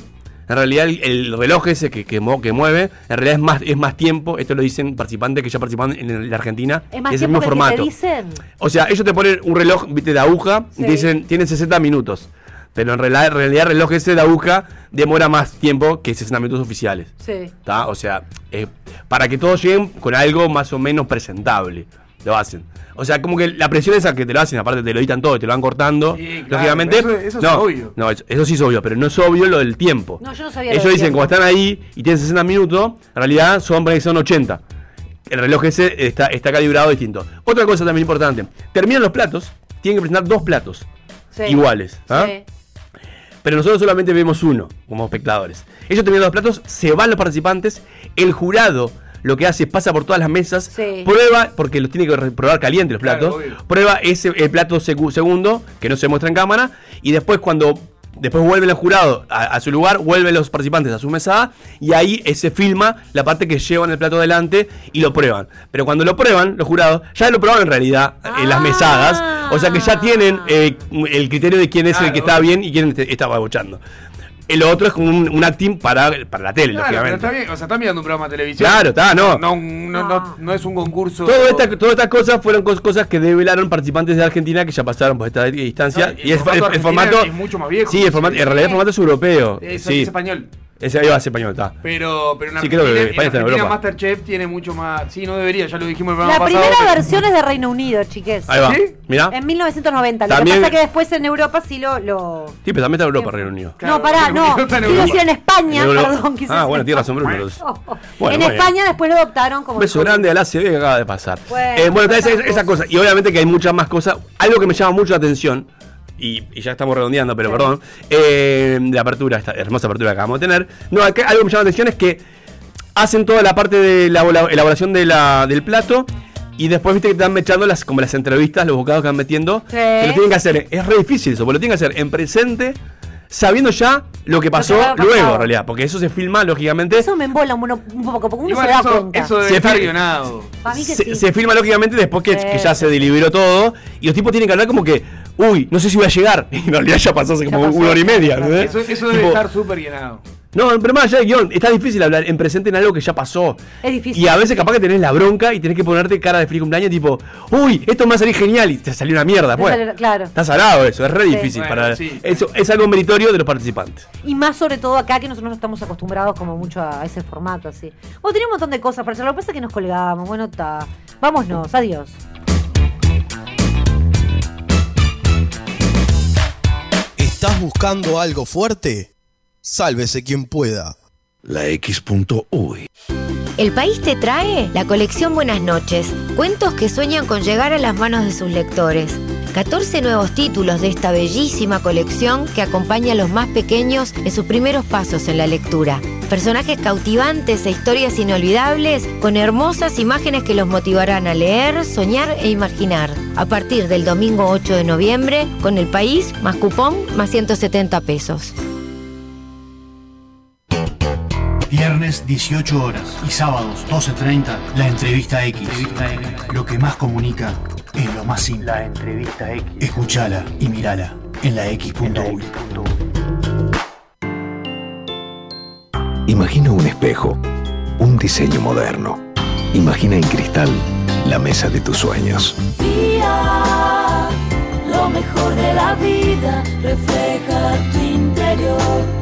en realidad el, el reloj ese que, que, mo- que mueve, en realidad es más, es más tiempo. Esto lo dicen participantes que ya participan en la Argentina. es más y es el tiempo mismo que el formato. que te dicen. O sea, ellos te ponen un reloj, viste, de aguja, Sí. y te dicen, tienen 60 minutos. Pero en realidad, en realidad el reloj ese de aguja demora más tiempo que 60 minutos oficiales. Sí. ¿tá? O sea, eh, para que todos lleguen con algo más o menos presentable. Lo hacen. O sea, como que la presión esa que te lo hacen, aparte te lo editan todo, y te lo van cortando. Sí, claro, lógicamente. pero eso- eso es no, obvio. No, eso, eso sí es obvio, pero no es obvio lo del tiempo. No, yo no sabía lo Ellos del dicen, tiempo. como están ahí y tienen 60 minutos, en realidad son, ponele que son 80. El reloj ese está, está calibrado distinto. Otra cosa también importante: terminan los platos, tienen que presentar dos platos sí. iguales. ¿ah? Sí. Pero nosotros solamente vemos uno como espectadores. Ellos terminan los platos, se van los participantes, el jurado lo que hace es pasa por todas las mesas, Sí. prueba, porque los tiene que re- probar caliente los Claro, platos, obvio. prueba ese el plato secu- segundo, que no se muestra en cámara, y después cuando después vuelven el jurado a, a su lugar, vuelven los participantes a su mesada, y ahí eh, se filma la parte que llevan el plato adelante y lo prueban. Pero cuando lo prueban, los jurados, ya lo probaron en realidad en las Ah. mesadas, o sea que ya tienen eh, el criterio de quién es el Ah. Claro, que está obvio. bien y quién te- está babuchando. El otro es como un, un acting para, para la Claro, pero tele, lógicamente. está bien, o sea, está mirando un programa de televisión. Claro, está, no. No, no, Ah. no, no es un concurso. Todo este esta- todas estas cosas fueron cos- cosas que develaron participantes de Argentina que ya pasaron por esta distancia. No, y el y es- formato el, el argentino formato. es mucho más viejo. Sí, el formato, en realidad el formato es europeo. Es, sí. es español. Ese ahí va a ser español, está. Pero, pero en Sí, Argentina, creo que en España está en Argentina Europa. Masterchef tiene mucho más. Sí, no debería, ya lo dijimos el programa La pasado. primera pero- versión es de Reino Unido, chiques. Ahí va. ¿Sí? Mirá. En 1990. Lo También- que pasa que después en Europa sí lo. lo... Sí, pero también está Europa, Reino Unido. Claro, no, pará, Reino no. Unido está en Quiero Europa. decir en España, En Europa. perdón, quizás. Ah, bueno, tienes razón, Bruno. pero- Bueno, en muy bien. España después lo adoptaron como. Un beso grande a la CB que acaba de pasar. Eh, Bueno, Bueno, está esa, tantas esa cosa. Y obviamente que hay muchas más cosas. Algo que me llama mucho la atención, y, y ya estamos redondeando, pero perdón, eh, de apertura, esta hermosa apertura que acabamos de tener. No, acá algo que me llama la atención es que hacen toda la parte de la elabora- elaboración de la- del plato. Y después viste que te van echando las, como las entrevistas, los bocados que van metiendo. Sí. Que lo tienen que hacer. Es re difícil eso, porque lo tienen que hacer en presente, sabiendo ya lo que pasó había pasado. luego, en realidad. Porque eso se filma, lógicamente. Eso me embola un, un poco, porque uno Igual se da eso, cuenta. eso debe Se estar fija- guionado. Para mí que se, sí. se filma lógicamente después que, Sí, que ya se deliberó todo y los tipos tienen que hablar como que, uy, no sé si voy a llegar. Y en realidad ya pasó hace como pasó. una hora y media. Claro. ¿no? Eso, eso debe Tipo, estar súper guionado. No, pero más allá del guión, está difícil hablar en presente en algo que ya pasó. Es difícil. Y a veces capaz que tenés la bronca y tenés que ponerte cara de feliz cumpleaños tipo, uy, esto me va a salir genial y te salió una mierda. Te Pues. salió- claro. Está salado eso, es re difícil Bueno, para... sí. Eso es algo meritorio de los participantes. Y más sobre todo acá que nosotros no estamos acostumbrados como mucho a ese formato así. Bueno, tenía un montón de cosas para charlar. Lo que pasa es que nos colgamos. Bueno, está. Vámonos. Adiós. ¿Estás buscando algo fuerte? Sálvese quien pueda. La X.UI. El país te trae la colección Buenas noches, cuentos que sueñan con llegar a las manos de sus lectores. 14 nuevos títulos de esta bellísima colección que acompaña a los más pequeños en sus primeros pasos en la lectura. Personajes cautivantes e historias inolvidables con hermosas imágenes que los motivarán a leer, soñar e imaginar. A partir del domingo 8 de noviembre, con el país, más cupón, más 170 pesos. Viernes 18 horas y sábados 12.30 la entrevista X. Lo que más comunica es lo más simple. La entrevista X. Escuchala y mirala en la X.U. Imagina un espejo, un diseño moderno. Imagina en cristal la mesa de tus sueños. Lo mejor de la vida refleja tu interior.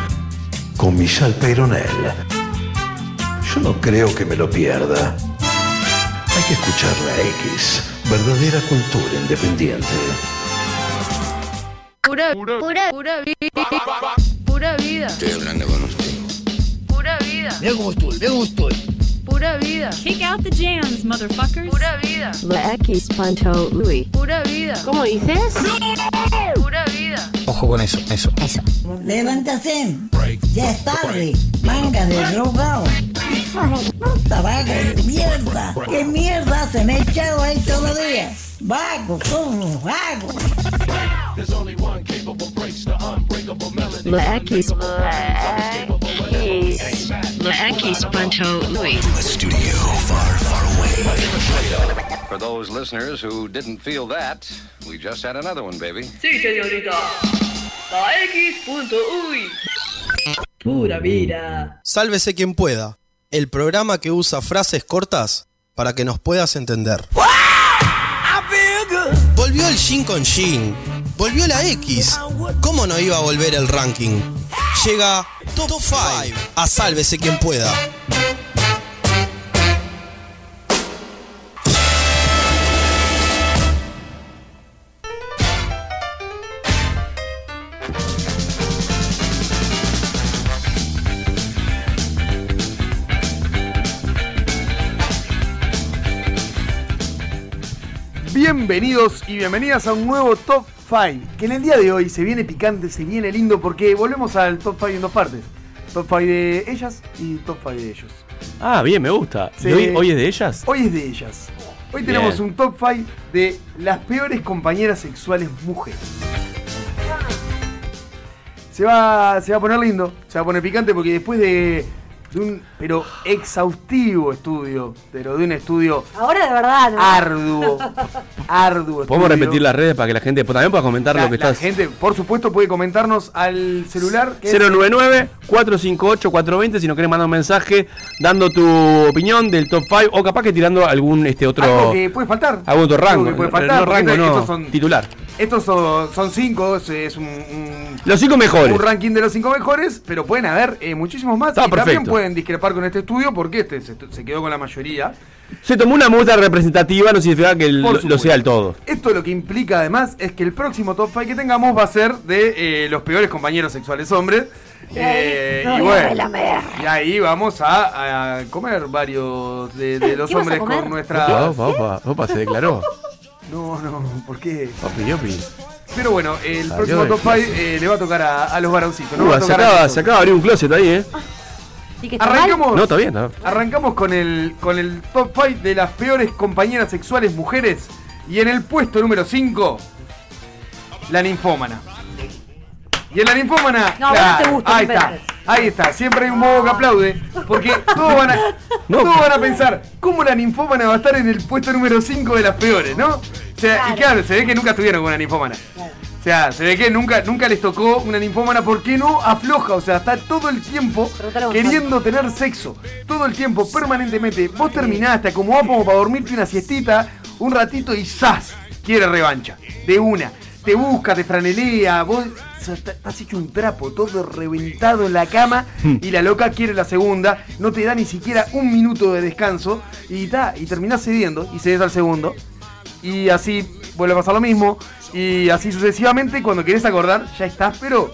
Con Michelle Peronel. Yo no creo que me lo pierda. Hay que escuchar la X, verdadera cultura independiente. Pura, pura, pura vida. Pura vida. Estoy hablando con usted. Pura vida. Mira cómo estoy, mira cómo estoy. Pura vida. Kick out the jams, motherfuckers. Pura vida. La X Panto Louis. Pura vida. ¿Cómo dices? Pura vida. Ojo con eso, eso. Eso. Levántate. Ya es tarde. Manga de drogado. Puta vago de mierda. ¿Qué mierda se me ha echado ahí todavía? Vago, como vago. La X. La X Panto Louis. Studio far, far away. For those listeners who didn't feel that, we just had another one, baby. Sí, señorita. La X.uy. Pura vida. Sálvese quien pueda. El programa que usa frases cortas para que nos puedas entender. Volvió el Shin con Shin. Volvió la X. ¿Cómo no iba a volver el ranking? Llega Top 5 a Sálvese quien pueda. Bienvenidos y bienvenidas a un nuevo Top 5, que en el día de hoy se viene picante, se viene lindo, porque volvemos al Top 5 en dos partes. Top 5 de ellas y Top 5 de ellos. Ah, bien, me gusta. Sí. ¿Y hoy, hoy es de ellas? Hoy es de ellas. Hoy Bien. tenemos un Top 5 de las peores compañeras sexuales mujeres. Se va, se va a poner lindo, se va a poner picante porque después de, de un pero exhaustivo estudio, pero de un estudio Ahora de verdad. ¿no? arduo, arduo. ¿Podemos estudio. repetir las redes para que la gente también pueda comentar La, lo que la estás? gente, por supuesto, puede comentarnos al celular. que es- 099-458-420 si nos querés mandar un mensaje dando tu opinión del top 5 o capaz que tirando algún este Algo otro que puede faltar. algún otro Algo rango. que puede No, faltar, no porque rango, estos- no, estos son- titular. Estos son, son cinco, es, es un, un- Los cinco mejores. Un ranking de los cinco mejores, pero pueden haber eh, muchísimos más. Está y también perfecto. pueden discrepar con este estudio porque este se, se quedó con la mayoría. Se tomó una muestra representativa, no significa que el- Por lo sea el todo. Esto lo que implica además es que el próximo top 5 que tengamos va a ser de eh, los peores compañeros sexuales hombres. Eh, no y voy a bueno, relamer. y ahí vamos a, a comer varios de, de los ¿Qué vas a hombres comer? con Opa, nuestra. opa, opa, opa, se declaró. 어, No, no, ¿por qué? Opi, opi. Pero bueno, el Salió próximo del top 5 le va a tocar a, a los varoncitos. ¿no? Uh, Va a se, tocar a acaba, nosotros. se acaba de abrir un closet ahí, ¿eh? ¿Y que está mal? Arrancamos. No, está bien, está bien. Arrancamos con el, con el top 5 de las peores compañeras sexuales mujeres. Y en el puesto número 5, la ninfómana. Y en la ninfómana. No, vos no te gusta, ahí no está. inventes. Ahí está. Siempre hay un bobo que aplaude. Porque todos van a. todos van a pensar, ¿cómo la ninfómana va a estar en el puesto número 5 de las peores, no? O sea, y claro, se ve que nunca estuvieron con una ninfómana. O sea, se ve que nunca, nunca les tocó una ninfómana porque no afloja. O sea, está todo el tiempo queriendo tener sexo. Todo el tiempo, permanentemente. Vos terminás, te acomodás como para dormirte una siestita, un ratito y ¡zas! Quiere revancha. De una. Te busca, te franelea, vos o sea, está- estás hecho un trapo, todo reventado en la cama y la loca quiere la segunda, no te da ni siquiera un minuto de descanso y, ta, y terminás cediendo y cedes al segundo y así vuelve a pasar lo mismo y así sucesivamente cuando querés acordar ya estás pero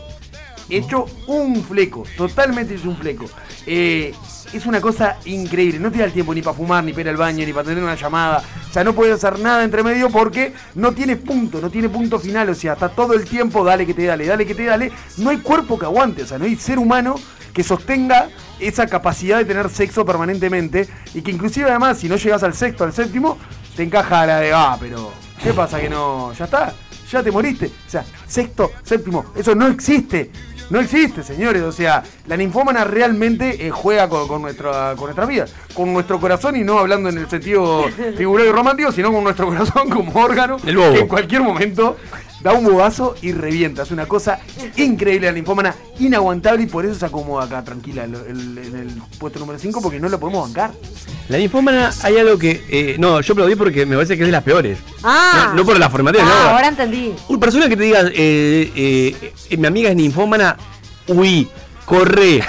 hecho un fleco totalmente hecho un fleco Eh, es una cosa increíble no te da el tiempo ni para fumar ni para ir al baño ni para tener una llamada o sea no puedes hacer nada entre medio porque no tienes punto no tiene punto final o sea está todo el tiempo dale que te dale dale que te dale no hay cuerpo que aguante o sea no hay ser humano que sostenga esa capacidad de tener sexo permanentemente y que inclusive además si no llegas al sexto, al séptimo, te encaja la de, ah, pero ¿qué pasa que no? Ya está, ya te moriste. O sea, sexto, séptimo, eso no existe. No existe, señores. O sea, la ninfómana realmente eh, juega con, con nuestra, con nuestra vida, con nuestro corazón y no hablando en el sentido figurado y romántico, sino con nuestro corazón como órgano El bobo. que en cualquier momento da un bobazo y revienta. Es una cosa increíble la linfómana, inaguantable y por eso se acomoda acá tranquila en el, en el puesto número 5 porque no lo podemos bancar. La ninfómana hay algo que. eh, no, yo aplaudí porque me parece que es de las peores. Ah, No, no por la formativa, ah, no. ahora entendí. Una persona que te diga, eh, eh, eh, mi amiga es ninfómana, uy, corre,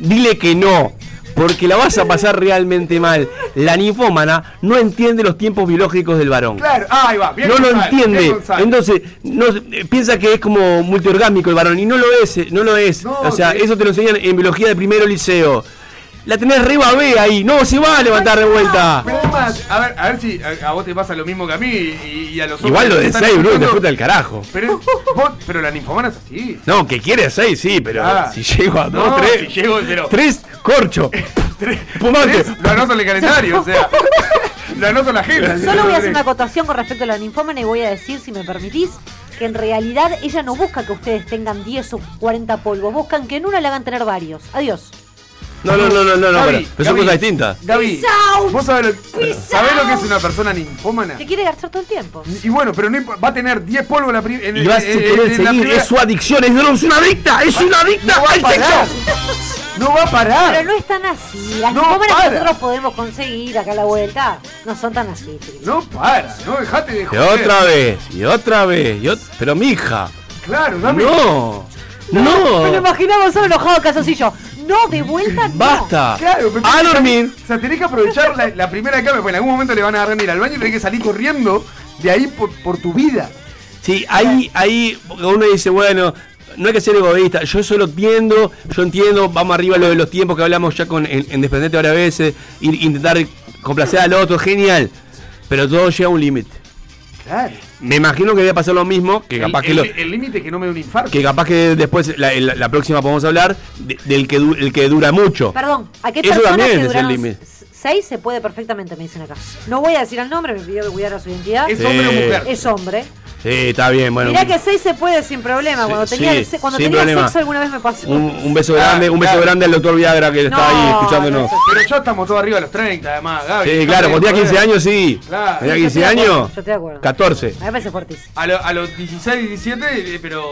dile que no. porque la vas a pasar realmente mal. La ninfómana no entiende los tiempos biológicos del varón. Claro, ahí va, bien no lo Gonzalo, bien entiende. Gonzalo. Entonces, no, eh, piensa que es como multiorgámico el varón. Y no lo es, eh, no lo es. o sea, eso te lo enseñan en biología de primero liceo. La tenés re B ahí. No se va a levantar de vuelta. Pero es más, a ver, a ver si a, a vos te pasa lo mismo que a mí y, y a los otros. Igual lo que de están 6, Bruno, te escuchando. puta el carajo. Pero, vos- pero la ninfomana es así. No, que quiere 6, sí, pero Ah. si llego a 2, No, 3. si llego, pero- 3, corcho. Pumante. ¿Ves? Lo anoto en el calendario, o sea. Lo anoto en la agenda. Solo voy a hacer una acotación con respecto a la ninfómana y voy a decir, si me permitís, que en realidad ella no busca que ustedes tengan 10 o 40 polvos, buscan que en una le hagan tener varios. Adiós. No, no, no, no, no, no, pero, pero son Gaby. cosas distintas. Gaby, vos sabés lo, Peace sabés lo que es out. una persona ninfómana. Te quiere gastar todo el tiempo. Y bueno, pero no impo- va a tener 10 polvos la pri- en Y va a en- en- en querer la seguir, primera- es su adicción, es, es una adicta, es una adicta No va a al parar. sexo. No va a parar. Pero no es tan así. Las No ninfómanas para. que nosotros podemos conseguir acá a la vuelta no son tan así. No para, no dejate de Y joder. otra vez, y otra vez, y ot- pero mija, Claro, dame. no, Me lo no, imaginaba solo enojado calzoncillo. No, de vuelta no. basta. Claro, pero- A dormir. O sea, tenés que aprovechar la, la primera cama, porque en algún momento le van a agarrar ir al baño y tenés que salir corriendo de ahí por, por tu vida. Sí, ahí, ahí uno dice, bueno, no hay que ser egoísta, yo solo entiendo, yo entiendo, vamos arriba lo de los tiempos que hablamos ya con en, en Desprendete ahora a veces, ir- intentar complacer al otro, genial, pero todo llega a un límite. Claro. Me imagino que voy a pasar lo mismo, que capaz El- que lo... el- El límite es que no me dé un infarto. que capaz que después la, la- la próxima podemos hablar de- del que du- el que dura mucho. Perdón, ¿a qué Eso personas también es que el duraron límite. s- seis se puede perfectamente, me dicen acá? No voy a decir el nombre, me pidió que cuidara su identidad. ¿Es hombre o Sí. mujer? Es hombre. Sí, está bien, bueno. Mirá que seis se puede sin problema. Cuando Sí, tenía, sí, el se- cuando sin tenía problema. sexo alguna vez me pasó. un, un beso grande, un beso claro. grande al doctor Viagra que está ahí No, escuchándonos. Pero ya estamos todos arriba de los 30, además, Gaby. sí, claro, cuando tenía 15 años sí. Claro. Tenía Yo 15 estoy de acuerdo, años. yo estoy de acuerdo. 14. A mí me parece fuertísimo. A, lo- a los 16, 17, eh, pero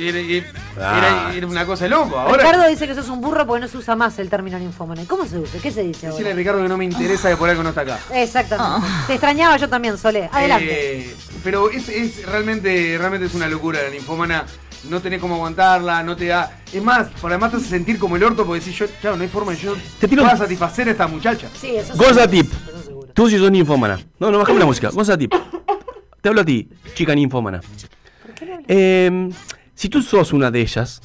era, era- Ah. era una cosa de loco. Ahora. Ricardo dice que sos un burro porque no se usa más el término ninfómana. ¿Y cómo se usa? ¿Qué se dice ahora? Decirle a Ricardo que no me interesa de por algo no está acá. Exactamente. Te extrañaba yo también, Solé. Adelante. Eh, pero es, es realmente, realmente es una locura la ninfomana. No tenés cómo aguantarla, no te da. Es más, por además te hace sentir como el orto porque decís yo, claro, no hay forma de yo Te tiro un- pueda satisfacer a esta muchacha. Sí, eso Gonza Tip. Tú si sos ninfómana. No, no, bajame la música. Gonza Tip. Te hablo a ti, chica ninfómana. Eh, si tú sos una de ellas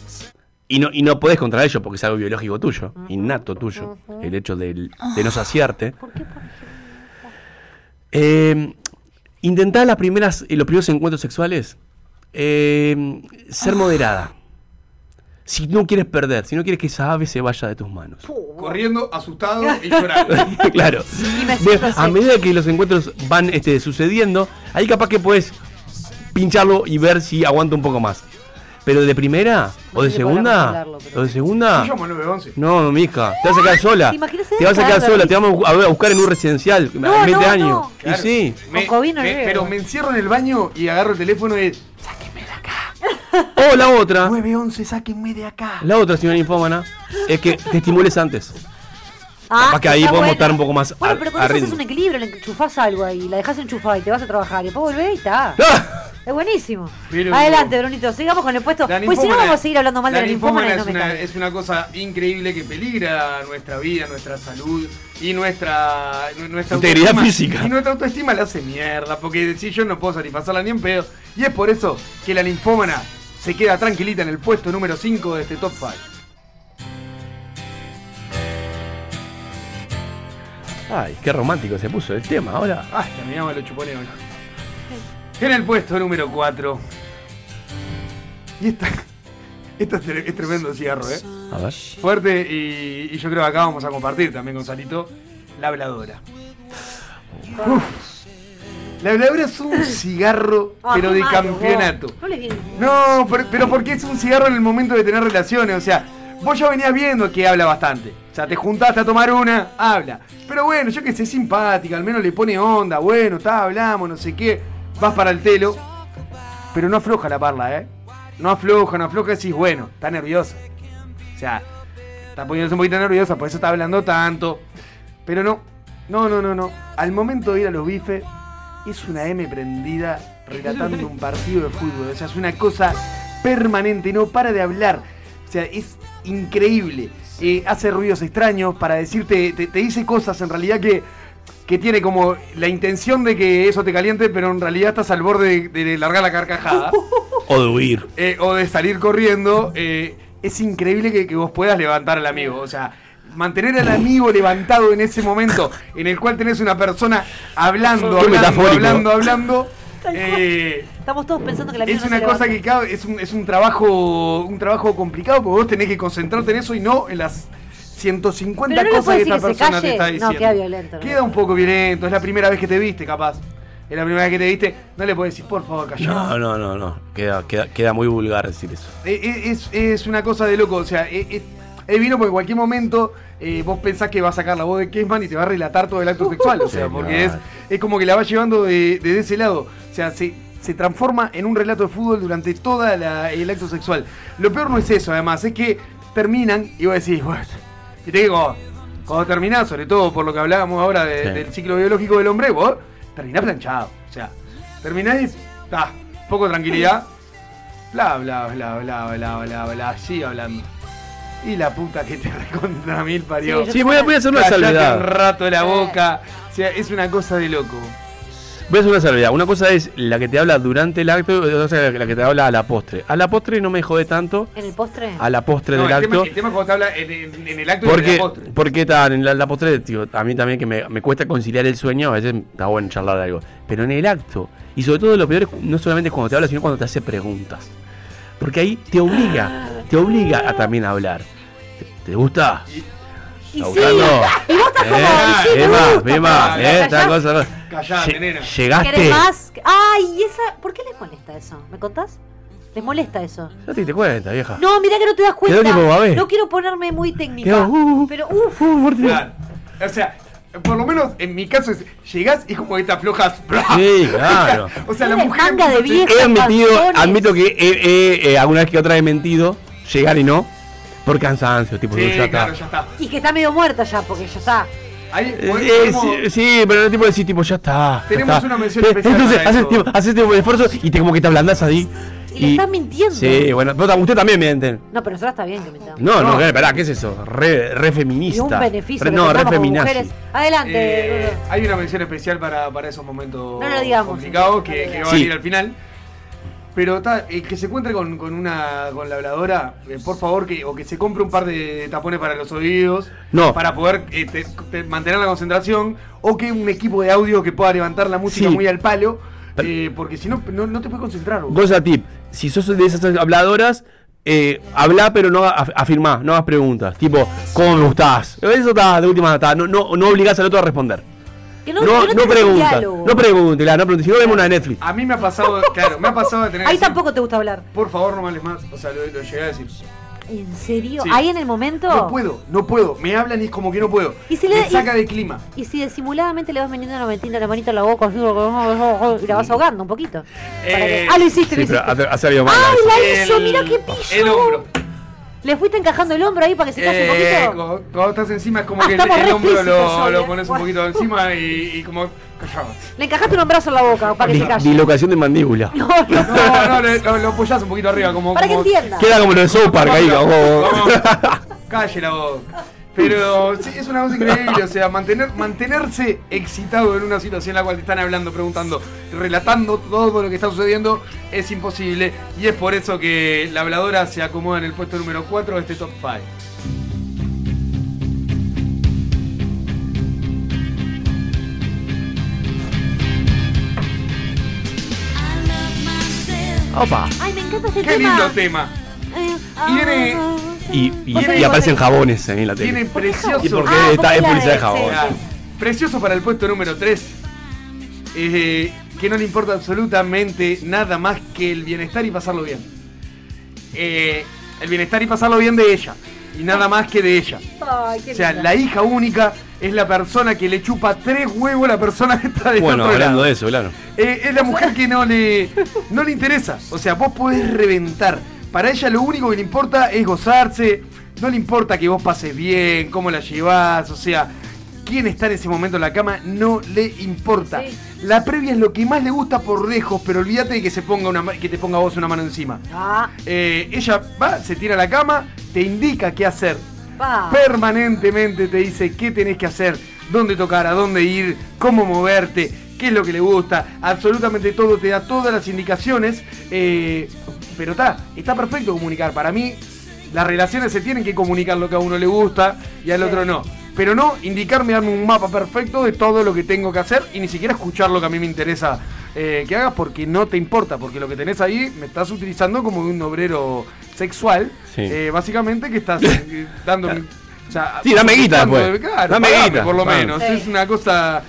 y no, y no podés contra ello porque es algo biológico tuyo, innato tuyo, el hecho del- de no saciarte. Ah, Eh, intentá las primeras, eh, los primeros encuentros sexuales eh, ser Ah. moderada. Si no quieres perder, si no quieres que esa ave se vaya de tus manos. Corriendo, asustado y llorando. claro. De- a medida que los encuentros van este, sucediendo, ahí capaz que puedes pincharlo y ver si aguanta un poco más. Pero de primera o de sé si podrás segunda, controlarlo, o de segunda, Yo llamo al 911. no, no, mija, te vas a quedar sola. ¿Te imaginas Te vas a quedar Ricardo? sola, te vamos a bu- a buscar en un residencial en No, 20 no, años. no. Y Claro. sí. Me- me- pero me encierro en el baño y agarro el teléfono y. O la otra, 911, sáquenme de acá. la otra señora infómana, es que te estimules antes. Ah, Capaz que ahí está podemos bueno. estar un poco más a- Bueno, pero con a eso haces ritmo. un equilibrio, le enchufás algo ahí, la dejás enchufada y te vas a trabajar y después volvés y está. Es buenísimo. Pero- Adelante, Brunito, sigamos con el puesto. La Pues si no ninfómana- vamos a seguir hablando mal de la ninfómana y no es, me una, cabe. es una cosa increíble que peligra nuestra vida, nuestra salud y nuestra, nu- nuestra Integridad autoestima. física. Y nuestra autoestima la hace mierda, porque si yo no puedo satisfacerla ni en pedo. Y es por eso que la linfómana se queda tranquilita en el puesto número 5 de este top 5. Ay, qué romántico se puso el tema ahora. Ay, terminamos los chupones hoy. En el puesto número 4. Y esta, esta es tre- es tremendo cierre, ¿eh? A ver. Fuerte y, y yo creo que acá vamos a compartir también, Gonzalito, la habladora. Uf. La habladora es un cigarro, Ah, pero qué de malo, campeonato. vos. No les viene- No, pero, pero porque es un cigarro en el momento de tener relaciones, o sea, vos ya venías viendo que habla bastante. O sea, te juntaste a tomar una, habla. Pero bueno, yo que sé, es simpática, al menos le pone onda, bueno, está, hablamos, no sé qué. Vas para el telo, pero no afloja la parla, ¿eh? No afloja, no afloja, decís, bueno, está nerviosa. O sea, está poniéndose un poquito nerviosa, por eso está hablando tanto. Pero no, no, no, no, no. Al momento de ir a los bifes, es una M prendida relatando un partido de fútbol. O sea, es una cosa permanente, no para de hablar. O sea, es increíble. eh, hace ruidos extraños para decirte, te, te dice cosas en realidad que, que tiene como la intención de que eso te caliente, pero en realidad estás al borde de, de largar la carcajada O de huir. eh, o de salir corriendo. eh, es increíble que, que vos puedas levantar al amigo, o sea. Mantener al amigo levantado en ese momento en el cual tenés una persona hablando, Qué hablando, metafórico. hablando, hablando. eh, Estamos todos pensando que la mina es no una se cosa levanta. que claro, es un, es un trabajo un trabajo complicado porque vos tenés que concentrarte en eso y no en las 150 Pero no le cosas puedes que decir esta que se persona te calle. está No, diciendo. queda violento, ¿no? Queda un poco violento, es la primera vez que te viste, capaz. Es la primera vez que te viste, no le puedes decir, por favor, callate. No, no, no, no. Queda, queda, queda muy vulgar decir eso. Eh, eh, Es, es una cosa de loco, o sea, eh, eh, es vino porque en cualquier momento eh, vos pensás que va a sacar la voz de Kessman y te va a relatar todo el acto sexual, o sea, Sí, porque es, claro. es como que la va llevando de, de ese lado, o sea, se, se transforma en un relato de fútbol durante todo el acto sexual. Lo peor no es eso, además, es que terminan y vos decís, bueno, y te digo, cuando terminás, sobre todo por lo que hablábamos ahora de- Sí. del ciclo biológico del hombre, vos terminás planchado, o sea, terminás y, ah, poco de tranquilidad. Bla, bla, bla, bla, bla, bla, bla, así hablando. Y la puta que te recontra mil parió. Sí, voy a- voy a hacer una Callate salvedad. un rato la boca. O sea, es una cosa de loco. Voy a hacer una salvedad. Una cosa es la que te habla durante el acto, otra cosa es la que te habla a la postre. A la postre no me jode tanto. ¿En el postre? A la postre No, del el, acto. tema, el tema es cuando te habla en, en- en el acto y en Porque, el postre. porque tan, en la, la postre, tío, a mí también que me, me cuesta conciliar el sueño, a veces está bueno charlar de algo. Pero en el acto, y sobre todo lo peor es cu- no solamente cuando te habla, sino cuando te hace preguntas. Porque ahí te Ah. obliga, te obliga a también hablar. ¿Te, te gusta? Y ¿Está sí, gustando? y vos estás como, y sí, ¿Eh? te más, gusta, ve más, pero ¿eh? callá. Esta cosa. Callate, Lle- nena. ¿Querés Llegaste. más? Ay, esa. ¿Por qué les molesta eso? ¿Me contás? ¿Les molesta eso? No te, te cuenta, vieja. No, mirá que no te das Quedó cuenta. tipo babé. no quiero ponerme muy técnica. Quedó, uh, pero uff, Claro. O sea, por lo menos en mi caso es, llegás y como que te aflojas. Sí, claro. O sea, la Eres mujer... manga de vieja. He admitido, panzones. admito que he- he, eh, alguna vez que otra he mentido, llegar y no, por cansancio, tipo, Sí, ya está. claro, ya está. Y que está medio muerta ya, porque ya está. Ahí, Eh, podemos- eh, sí, sí, pero no tipo decís, tipo, ya está. ya Tenemos está. una mención Eh, especial Entonces, para haces eso. tipo, haces tipo el esfuerzo y te como que te ablandás ahí. Y, le estás mintiendo. Sí, bueno, pero tam- usted también mienten. No, pero nosotros está bien que mintamos. No, no, claro, pará, ¿qué es eso? Re, re feminista. Y un beneficio. Re- que no, re tengamos como feminazi. mujeres. Adelante, Eh, Bruno. hay una mención especial para, para esos momentos No lo digamos. complicados que, que va a Sí. venir al final. Pero ta, el que se encuentre con, con una con la habladora, eh, por favor, que, o que se compre un par de tapones para los oídos, No. para poder eh, te- te- mantener la concentración, o que un equipo de audio que pueda levantar la música Sí. muy al palo, eh, porque si no, no, no te puedes concentrar. vos. Goza tip, si sos de esas habladoras, eh, habla pero no af- afirmá, no hagas preguntas. Tipo, ¿cómo me gustás? Eso está, de última está. No, no, no obligás al otro a responder. Que No, que no, tenés preguntas. diálogo. No preguntes, la- no preguntes. Si no vemos una Netflix. A mí me ha pasado, claro, me ha pasado de tener que Ahí decir, tampoco te gusta hablar. por favor, no me hables más. O sea, lo, lo llegué a decir. ¿En serio? Sí. Ahí en el momento. No puedo, no puedo. Me hablan y es como que no puedo. Y si le- me y- saca de clima. Y si disimuladamente le vas metiendo una mentira, la manita en la boca, así, y la vas ahogando un poquito. Para que- Eh, ah, lo hiciste, lo Sí, pero hiciste. ha, ha salido mal. ¡Ay, la hizo! eso. ¡Mira qué pillo! El hombro. Le fuiste encajando el hombro ahí para que se calle Eh, un poquito. cuando, cuando estás encima es como Ah, que el, estamos el re hombro explícitos lo, hoy, lo eh. pones un poquito encima y, y como callado. Le encajaste un hombrazo en la boca para que se Di- calle. Dislocación de mandíbula. No, No, no. no, lo, lo, lo apoyás un poquito arriba como. Para que como- entienda. Queda como lo de South Park ahí, como- Calle la boca. Pero sí, es una cosa increíble, o sea, mantener, mantenerse excitado en una situación en la cual te están hablando, preguntando, relatando todo lo que está sucediendo es imposible y es por eso que la habladora se acomoda en el puesto número 4 de este top 5. Opa. Ay, me encanta este Qué tema. lindo tema. Eh, Y viene- Y, y- Vos sabés, y aparecen vos sabés. jabones ahí en la Tiene tele. precioso. ¿Y por qué Ah, está- porque es la publicidad de de- jabón? sí, Ah, Precioso para el puesto número 3. que no le importa absolutamente nada más que el bienestar y pasarlo bien. Eh, el bienestar y pasarlo bien de ella. Y nada más que de ella. Ay, qué O sea, lindo. la hija única es la persona que le chupa tres huevos a la persona que está de Bueno, otro hablando lado. de eso, claro. Eh, es la mujer que no le, no le interesa. O sea, vos podés reventar. Para ella lo único que le importa es gozarse. No le importa que vos pases bien, cómo la llevás. O sea, quién está en ese momento en la cama no le importa. Sí. La previa es lo que más le gusta por lejos, pero olvídate de que, se ponga una, ma- que te ponga vos una mano encima. Ah, Eh, ella va, se tira a la cama, te indica qué hacer. Pa. Permanentemente te dice qué tenés que hacer, dónde tocar, a dónde ir, cómo moverte, qué es lo que le gusta. Absolutamente todo, te da todas las indicaciones. eh, pero está, está perfecto comunicar. Para mí, las relaciones se tienen que comunicar lo que a uno le gusta y al otro no. Pero no indicarme, darme un mapa perfecto de todo lo que tengo que hacer y ni siquiera escuchar lo que a mí me interesa eh, que hagas porque no te importa, porque lo que tenés ahí me estás utilizando como un obrero sexual, Sí. eh, básicamente que estás eh, dando... o sea, Sí, dame guita dando- después. claro, Dame pagame, guita, por lo vamos. menos. Sí. Es una cosa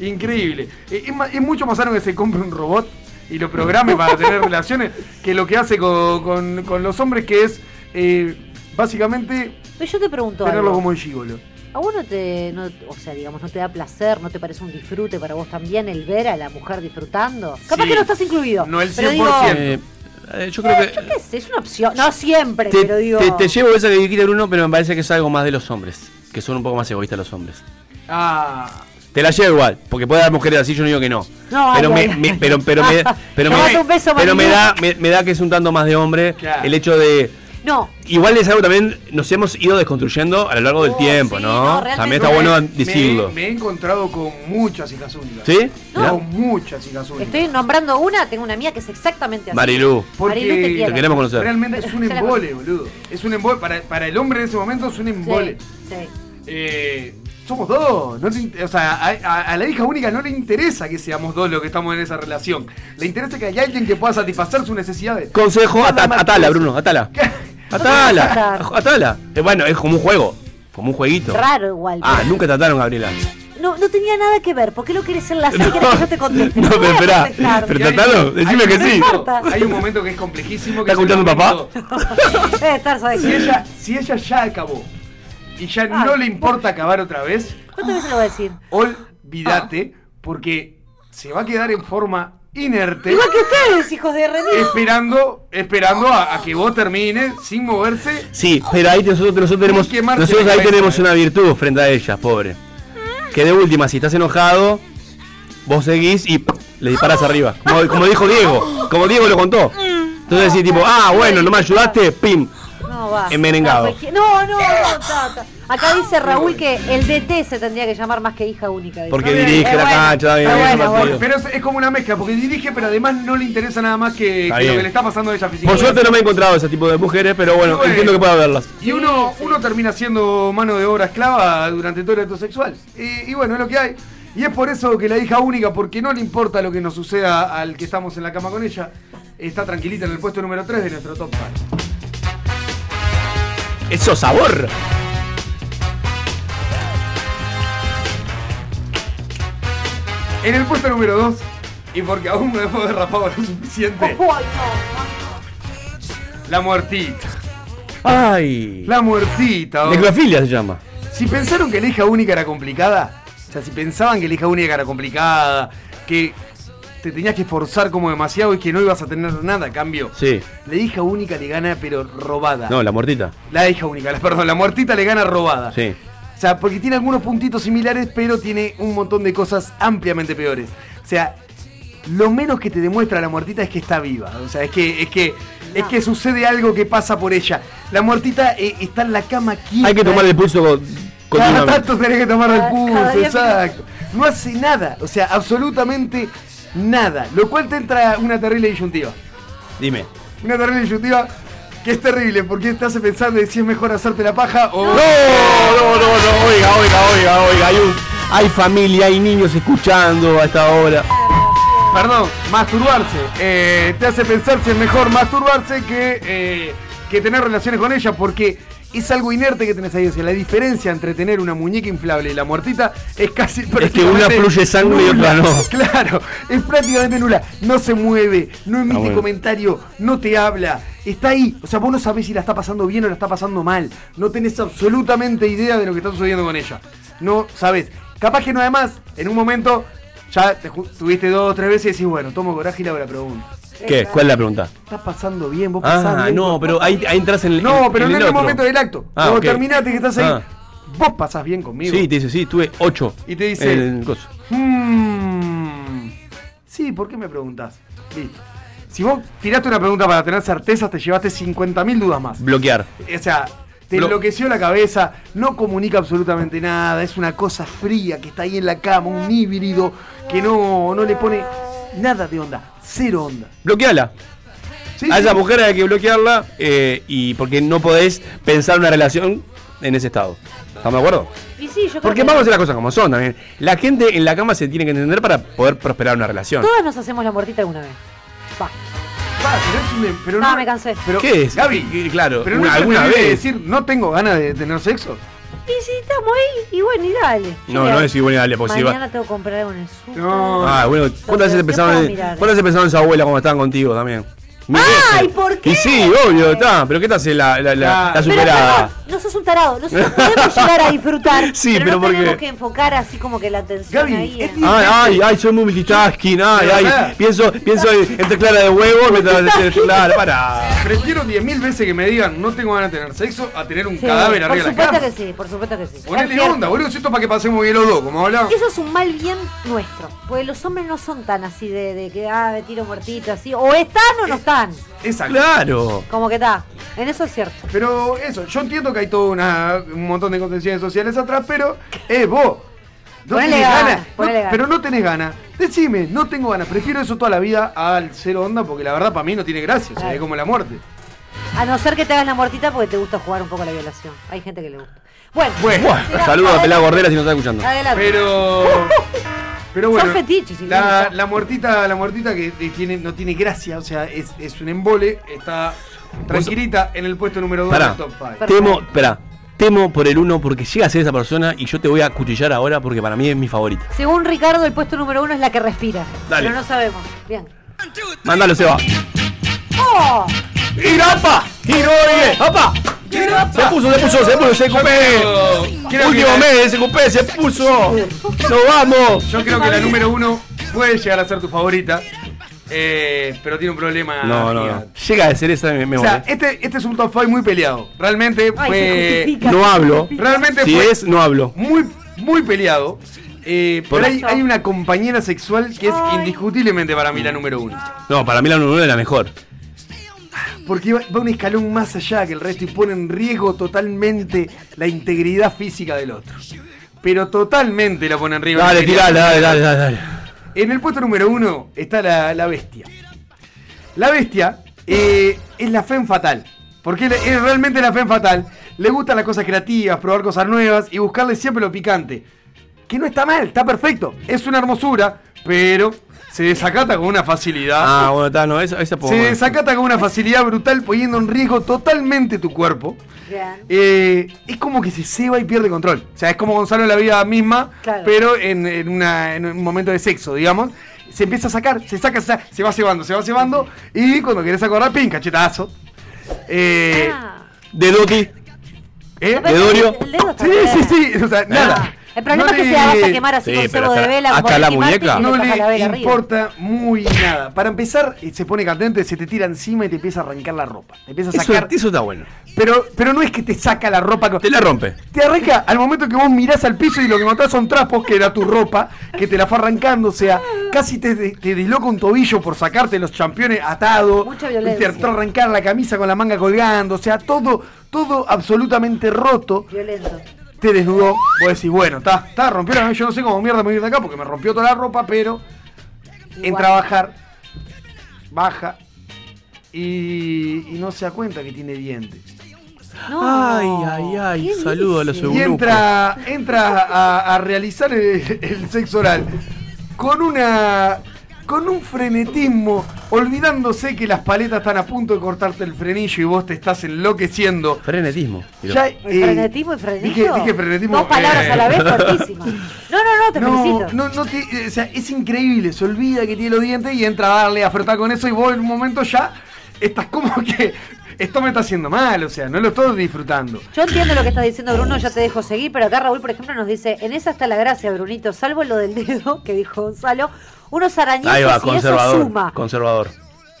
increíble. Eh, Es, ma- es mucho más sano que se compre un robot y lo programe para tener relaciones que lo que hace con, con- con los hombres, que es eh, básicamente Pero yo te pregunto tenerlo algo. como un gigolo. ¿A vos no te, no- o sea, digamos, no te da placer, no te parece un disfrute para vos también el ver a la mujer disfrutando? Capaz Sí. que no estás incluido. No el pero 100%. digo, Eh, eh, yo creo que yo qué sé, es una opción. No siempre, te, pero digo. te- te llevo esa que dijiste, Bruno, pero me parece que es algo más de los hombres. Que son un poco más egoístas los hombres. Ah, Te la llevo igual, porque puede haber mujeres así, yo no digo que no. No, pero, ay, me, ay. me- pero, pero, me, pero, me, Tomate un beso, pero me Marilu. da, me, me da que es un tanto más de hombre el hecho de. No, Igual es algo también nos hemos ido desconstruyendo a lo largo del tiempo, ¿no? también está bueno Me- decirlo. Me, he encontrado con muchas hijas únicas. ¿Sí? Mirá. Con muchas hijas únicas. estoy nombrando una, tengo una mía que es exactamente así. Marilú. Porque Marilú, te quiero. queremos conocer. Realmente es un Ya la embole, boludo. Es un embole. Para, para el hombre en ese momento es un embole. Sí. Eh, somos dos. no le inter- o sea, a, a- a la hija única no le interesa que seamos dos los que estamos en esa relación. Le interesa que haya alguien que pueda satisfacer sus necesidades. Consejo, Nada ata- más atala, que Bruno, atala. Atala, atala. Eh, bueno, es como un juego, como un jueguito. Raro igual. Ah, pero- nunca trataron, Gabriela. no, no tenía nada que ver. ¿Por qué lo querés enlazar? No, que yo te conteste. No, pero voy a espera, contestar. pero trataron, decime que un sí. momento- Hay un momento que es complejísimo. Que ¿Está es el escuchando papá? Debe estar, ¿sabes Si qué? ella, si ella ya acabó y ya Ah. no le importa acabar otra vez, ¿Cuántas veces lo voy a decir? olvídate porque se va a quedar en forma inerte. Igual que ustedes, hijos de René. Esperando, esperando a, a que vos termines sin moverse. Sí, pero ahí nosotros, nosotros tenemos, quemarte nosotros la ahí cabeza, tenemos eh. una virtud frente a ellas, pobre. Que de última, si estás enojado, vos seguís y ¡pum! le disparas arriba. Como, como dijo Diego, como Diego lo contó. Entonces decís tipo, ah, bueno, no me ayudaste, pim. No, va. Envenengado. No, no, no, no, ta, ta. Acá dice Raúl que el DT se tendría que llamar más que hija única. dice. Porque Está bien, dirige es la bueno. cancha, está bien, Está es bueno, un bueno. partido. Pero es, es como una mezcla, porque dirige, pero además no le interesa nada más que, Está que lo bien. que le está pasando a ella físicamente. Por suerte no me he encontrado ese tipo de mujeres, pero bueno, Bueno. entiendo que pueda verlas. Y uno, uno termina siendo mano de obra esclava durante todo el acto sexual. Y, y bueno, es lo que hay. Y es por eso que la hija única, porque no le importa lo que nos suceda al que estamos en la cama con ella, está tranquilita en el puesto número 3 de nuestro top 5. Eso sabor. En el puesto número 2, y porque aún no hemos derrapado lo suficiente, la muertita. Ay. La muertita. oh. Necrofilia se llama. Si pensaron que la hija única era complicada, o sea, si pensaban que la hija única era complicada, que te tenías que esforzar como demasiado y que no ibas a tener nada a cambio, Sí. la hija única le gana pero robada. No, la muertita. La hija única, la- perdón, la muertita le gana robada. Sí. O sea, porque tiene algunos puntitos similares, pero tiene un montón de cosas ampliamente peores. O sea, lo menos que te demuestra la muertita es que está viva. O sea, es que, es que, es que sucede algo que pasa por ella. La muertita eh, está en la cama quieta. Hay que tomar el pulso con- Cada continuamente. tanto tenés que tomar el Cada- pulso, cada diez exacto. No hace nada, o sea, absolutamente nada. Lo cual te entra una terrible disyuntiva. Dime. Una terrible disyuntiva que es terrible porque te hace pensar de si es mejor hacerte la paja o. No, no, no, no, oiga, oiga, oiga, oiga, hay, un- hay familia, hay niños escuchando a esta hora. Perdón, masturbarse. Eh, te hace pensar si es mejor masturbarse que, eh, que tener relaciones con ella, porque es algo inerte que tenés ahí. O sea, la diferencia entre tener una muñeca inflable y la muertita es casi. Es que una prácticamente fluye sangre y nula. otra no. Claro, es prácticamente nula. No se mueve, no emite bueno. comentario, no te habla. Está ahí. O sea, vos no sabés si la está pasando bien o la está pasando mal. No tenés absolutamente idea de lo que está sucediendo con ella. No sabés. Capaz que no además, en un momento, ya te ju- tuviste dos o tres veces y decís, bueno, tomo coraje y le hago la pregunta. ¿Qué? ¿Cuál es la pregunta? ¿Estás pasando bien? ¿Vos pasás Ah, bien? no, pero ahí, ahí entras en el. No, pero en no en el otro. momento del acto. Ah, Cuando ok. terminaste que estás ahí, Ah, vos pasás bien conmigo. Sí, te dice, sí, tuve 8. Y te dice- coso. Mm. Sí, ¿por qué me preguntás? Listo. Si vos tiraste una pregunta para tener certezas, te llevaste 50.000 dudas más. Bloquear. O sea, te Lo- enloqueció la cabeza, no comunica absolutamente nada, es una cosa fría que está ahí en la cama, un híbrido que no, no le pone nada de onda, cero onda. Bloqueala. Sí, a esa sí. mujer hay que bloquearla eh, y porque no podés pensar una relación en ese estado. ¿Estamos de acuerdo? Y sí, yo creo Porque que vamos a hacer las cosas como son también. La gente en la cama se tiene que entender para poder prosperar una relación. Todas nos hacemos la muertita alguna vez. Va. pero no, me cansé. Pero, ¿Qué es? Gaby, Y- y claro, pero no una- es alguna preferible vez. decir, no tengo ganas de tener sexo. Y si estamos ahí, y bueno, y dale. No, no es igual dale, porque si va- Mañana tengo que comprar algo en el súper. Ah, bueno, ¿cuántas veces pensaron en, mirar, eh? cuántas veces pensaron en su abuela cuando estaban contigo también? Mil Ay, veces. ¿por qué? Y sí, obvio, está. Pero ¿qué te hace la, la, la- la Pero, superada? perdón, no sos un tarado, nosotros podemos llegar a disfrutar. Sí, pero, pero no ¿por qué? tenemos que enfocar así como que la atención ahí. en- Ay, ay, ay, soy muy multitasking, ay, Pero, ay. pará. Pienso, pienso en en clara de huevo mientras claro, para. Prefiero 10.000 veces que me digan no tengo ganas de tener sexo a tener un Sí, cadáver por arriba de la supuesto cama. que sí, por supuesto que sí. Es Ponele cierto. onda, boludo, si esto es para que pasemos bien los dos, como hablamos. Eso es un mal bien nuestro, porque los hombres no son tan así de, de que ah, de tiro muertito, así. O están o no están. Exacto. Claro. Como que está. En eso es cierto. Pero eso, yo entiendo que hay todo una, un montón de contenciones sociales atrás, pero es vos. No Ponele tenés ganas, ganas, no- ponele ganas. pero no tenés ganas. Decime, no tengo ganas, prefiero eso toda la vida al cero onda, porque la verdad para mí no tiene gracia, o sea, Claro. es como la muerte. A no ser que te hagas la muertita porque te gusta jugar un poco a la violación. Hay gente que le gusta. Bueno, Bueno, será- saludos a Pelá adelante. Gordera si nos está escuchando. Adelante. Pero. Pero Son bueno. fetiches, si bien la, está. la muertita, la muertita que eh, tiene, no tiene gracia, o sea, es, es un embole, está tranquilita en el puesto número 2 Pará, del top 5. temo, pará, temo por el uno porque llega a ser esa persona y yo te voy a cuchillar ahora porque para mí es mi favorita. Según Ricardo, el puesto número uno es la que respira. Dale. Pero no sabemos. Bien. Mándalo, Seba. ¡Oh! ¡Girapa! ¡Giroye! ¡Apa! Se puso, se puso, se puso, se cupé. Creo Último que- mes, se cupé, se puso. ¡Nos vamos! Yo creo que la número uno puede llegar a ser tu favorita, eh, pero tiene un problema. No, no, gigante. no. Llega a ser esa me, me O sea, molesta. este, este es un top 5 muy peleado. Realmente Ay, se fue. justifica. No hablo. Realmente Si fue es, no hablo. Muy, muy peleado. Eh, Por- pero hay, hay una compañera sexual que es indiscutiblemente para mí la número uno. No, para mí la número uno es la mejor. Porque va, va un escalón más allá que el resto y pone en riesgo totalmente la integridad física del otro. Pero totalmente la pone en riesgo. Dale, tirala, dale, dale, dale. dale. En el puesto número uno está la, la bestia. La bestia eh, es la fe fatal. Porque le- es realmente la fe fatal. Le gustan las cosas creativas, probar cosas nuevas y buscarle siempre lo picante. Que no está mal, está perfecto. Es una hermosura, pero se desacata con una facilidad. Ah, bueno, está, no, esa, esa se desacata con una facilidad brutal, poniendo en riesgo totalmente tu cuerpo. Bien. Eh, es como que se ceba y pierde control. O sea, es como Gonzalo en la vida misma, Claro. pero en, en una- en un momento de sexo, digamos. Se empieza a sacar, se saca, se, saca, se va cebando, se va cebando. Y cuando querés acordar, pin, cachetazo. Eh, De Doti. ¿Eh? ¿De Dorio? Ah. El dedo está Sí, bien. sí, sí. O sea, nada. El problema No es que le- se la vas a quemar así Sí, con pero cebo de hasta- vela. como hasta la Ricky Martin, muñeca. y No le tapas la le vela arriba. importa muy nada. Para empezar, eh, se pone candente, se te tira encima y te empieza a arrancar la ropa. Te empieza a Eso, sacar. eso está bueno. Pero, pero no es que te saca la ropa. con- Te la rompe. Te arranca al momento que vos mirás al piso y lo que encontrás son trapos que era tu ropa, que te la fue arrancando. O sea, casi te, te disloca un tobillo por sacarte los championes atado. Mucha violencia. Te trató de arrancar la camisa con la manga colgando. O sea, todo, todo absolutamente roto. Violento. Te desnudó. Vos decís, bueno, está, está, rompió la Yo no sé cómo mierda me voy a ir de acá porque me rompió toda la ropa, pero en trabajar baja y, y no se da cuenta que tiene dientes. Ay, ay, ay. Saludo a los Y eunucos. entra, entra a, a realizar el, el sexo oral con una. con un frenetismo, olvidándose que las paletas están a punto de cortarte el frenillo y vos te estás enloqueciendo. Frenetismo. Ya, eh, El frenetismo y frenetismo. dije- dije frenetismo, Dos palabras eh. a la vez, cortísimas. No, no, no, te No, felicito. no, no te- o sea, es increíble, se olvida que tiene los dientes y entra a darle a frotar con eso y vos en un momento ya estás como que esto me está haciendo mal, o sea, no lo estoy disfrutando. Yo entiendo lo que estás diciendo, Bruno, ya te dejo seguir, pero acá Raúl, por ejemplo, nos dice, en esa está la gracia, Brunito, salvo lo del dedo que dijo Gonzalo, unos arañazos Ahí va, y eso conservador. suma. Conservador.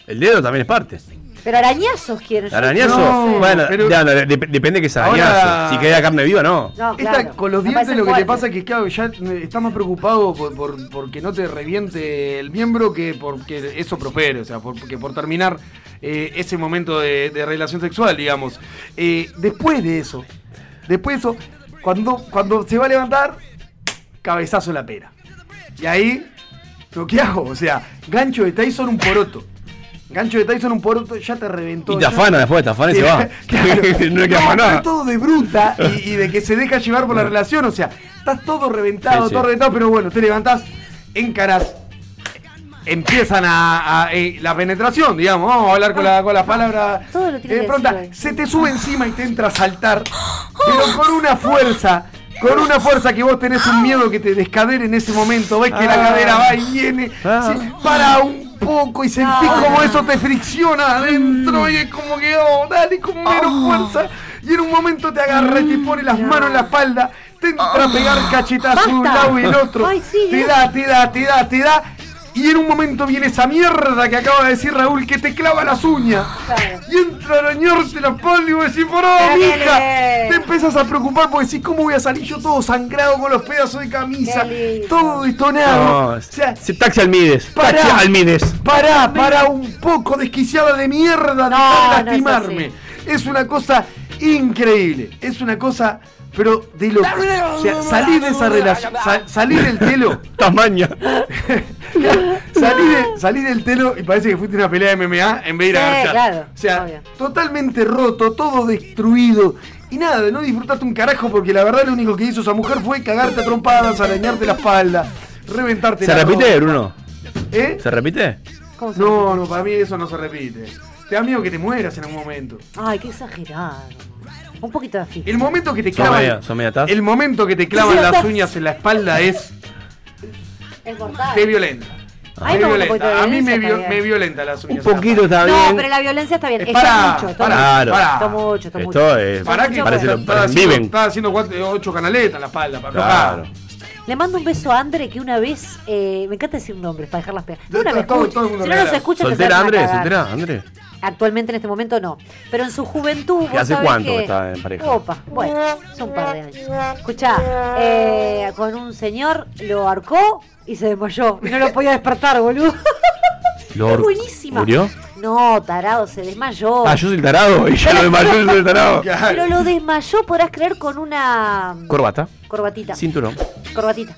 El dedo también es parte. Pero arañazos quiero yo. ¿Arañazo? No, bueno, pero- ya, no, dep- depende que sea Ahora- arañazo. Si queda carne viva, no. No, Esta, claro. con los Me dientes parece lo que te fuerte. pasa es que claro, ya eh, estás más preocupado por, por- porque no te reviente el miembro que porque eso prospere, o sea, por- que por terminar eh, ese momento de, de relación sexual, digamos. Eh, después de eso, después de eso, cuando, cuando se va a levantar, cabezazo en la pera. Y ahí, ¿lo que hago? O sea, gancho de Tyson un poroto. Gancho de Tyson un poroto, ya te reventó. Y te ya- afana después, te afana y se va. no le queda no, más nada. está todo de bruta y, y de que se deja llevar por la relación. O sea, estás todo reventado, Sí, sí. todo reventado, pero bueno, te levantás, encarás. Empiezan a, a- eh, la penetración, digamos. Vamos a hablar con, la, con las palabras. Ah. tiene eh, que pronta. decir hoy. se te sube encima y te entra a saltar, pero con una fuerza. Con una fuerza que vos tenés un miedo que te descadere en ese momento, ves que la Ah. cadera va y viene, se para un poco y sentís Ah. como eso te fricciona Mm. adentro y es como que, oh, dale con menos Oh. fuerza. Y en un momento te agarra y te pone las manos en la espalda, te entra a pegar cachetazos de un Mm. Oh. Basta. lado y el otro. Ay, sí, eh. te Dios. da, te da, te da, te da. Y en un momento viene esa mierda que acaba de decir Raúl que te clava las uñas. Y entra a arañarte la espalda y vos decís, por Dale. mija. Te empiezas a preocupar porque decís, ¿cómo voy a salir yo todo sangrado con los pedazos de camisa? Todo No, destonado. se, se taxi al Mides. Pará. Taxi al Mides. Pará, pará un poco, desquiciada de mierda, no de es lastimarme. es, una cosa increíble. Es una cosa, pero de lo. O sea, salir de esa relación. sa- salir del telo. Tamaño. salí, de- salí del telo y parece que fuiste a una pelea de MMA en vez de ir a Sí, garchar. claro, O sea, totalmente roto, todo destruido. Y nada, no disfrutaste un carajo porque la verdad lo único que hizo esa mujer fue cagarte a trompadas, arañarte la espalda, reventarte ¿Se la repite, ropa. Bruno? ¿Eh? ¿Se repite? No, no, para mí eso no se repite. Te da miedo que te mueras en algún momento. Ay, qué exagerado. Un poquito de fija. El momento que te Son clavan, media, son media taz. el momento que te Sí, clavan sí, las sí. uñas en la espalda es Es mortal. de violenta. Ay, Te no, un violenta. poquito de A mí me, violencia vio- está me bien. violenta las uñas. Un poquito está No, bien. pero la violencia está bien. Eh, Está pará, mucho, está pará, mucho. pará. Está mucho, está mucho. Esto es. ¿Para qué? Parece lo Estaba haciendo- viven. estaba haciendo cuatro- ocho canaletas en la espalda. Para aflojar. Claro. Le mando un beso a Andre que una vez. eh, me encanta decir nombres para dejarlas pegar. No, una Todo- vez todo- escucha. todo el mundo Si no me nos habla. escucha, se ¿Soltera hacen a André? cagar. ¿Soltera André? Actualmente en este momento no. Pero en su juventud. vos ¿Hace sabés cuánto que está en pareja? Opa, bueno, son un par de años. Escuchá, eh, con un señor lo arcó y se desmayó. Y no lo podía despertar, boludo. Lord- Es buenísima. ¿Murió? No, tarado, se desmayó. Ah, yo soy el tarado. Y ya lo demás, yo soy el tarado. Pero lo desmayó, podrás creer, con una Corbata. corbatita. Cinturón. Corbatita.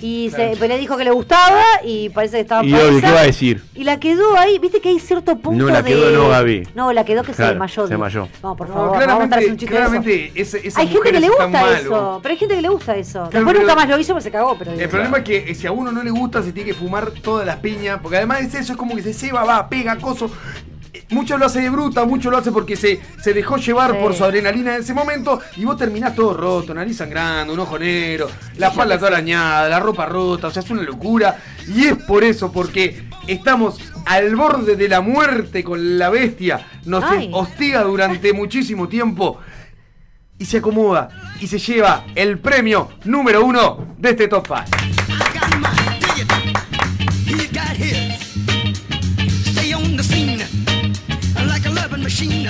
Y se, Claro. pero le dijo que le gustaba y parece que estaba Y Gaby, presa. ¿qué va a decir? Y la quedó ahí, viste que hay cierto punto No, la de- quedó no, Gaby. No, la quedó que Claro, se desmayó. se digo. desmayó. No, por No, favor, no, vamos a hacer claramente, un chiste de eso. claramente ese- esas Hay gente que mujeres le están gusta mal, eso, boludo. pero hay gente que le gusta eso. Claro, Después pero- nunca más lo hizo porque se cagó, pero digo. El problema es que eh, si a uno no le gusta se tiene que fumar todas las piñas, porque además es eso, es como que se ceba, va, pega, coso. Eh, Muchos lo hace de bruta, muchos lo hace porque se, se dejó llevar Sí. por su adrenalina en ese momento y vos terminás todo roto, nariz sangrando, un ojo negro, la espalda toda arañada, la ropa rota, o sea, es una locura. Y es por eso, porque estamos al borde de la muerte con la bestia, nos Ay. hostiga durante muchísimo tiempo y se acomoda y se lleva el premio número uno de este top 5. He got hit. Stay on the scene like a loving machine.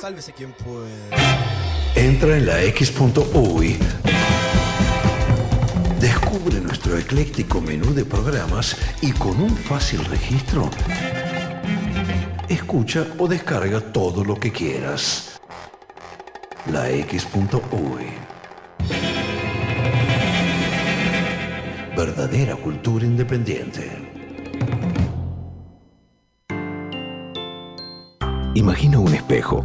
Sálvese quien puede. Entra en la X.UI. Descubre nuestro ecléctico menú de programas y con un fácil registro, escucha o descarga todo lo que quieras. La X.UI. Verdadera cultura independiente. Imagina un espejo,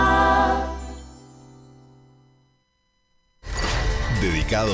Dedicado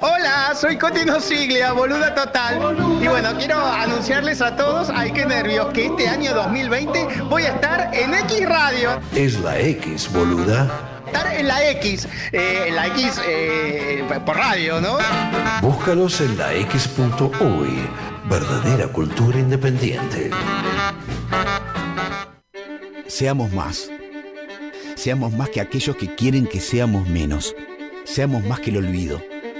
Hola, Ah, soy Cotino Siglia, boluda total. Y bueno, quiero anunciarles a todos, ay qué nervios, que este año 2020 voy a estar en X Radio. Es la X, boluda. Estar en la X, eh, en la X eh, por radio, ¿no? Búscalos en la X.uy. Verdadera cultura independiente. Seamos más. Seamos más que aquellos que quieren que seamos menos. Seamos más que el olvido,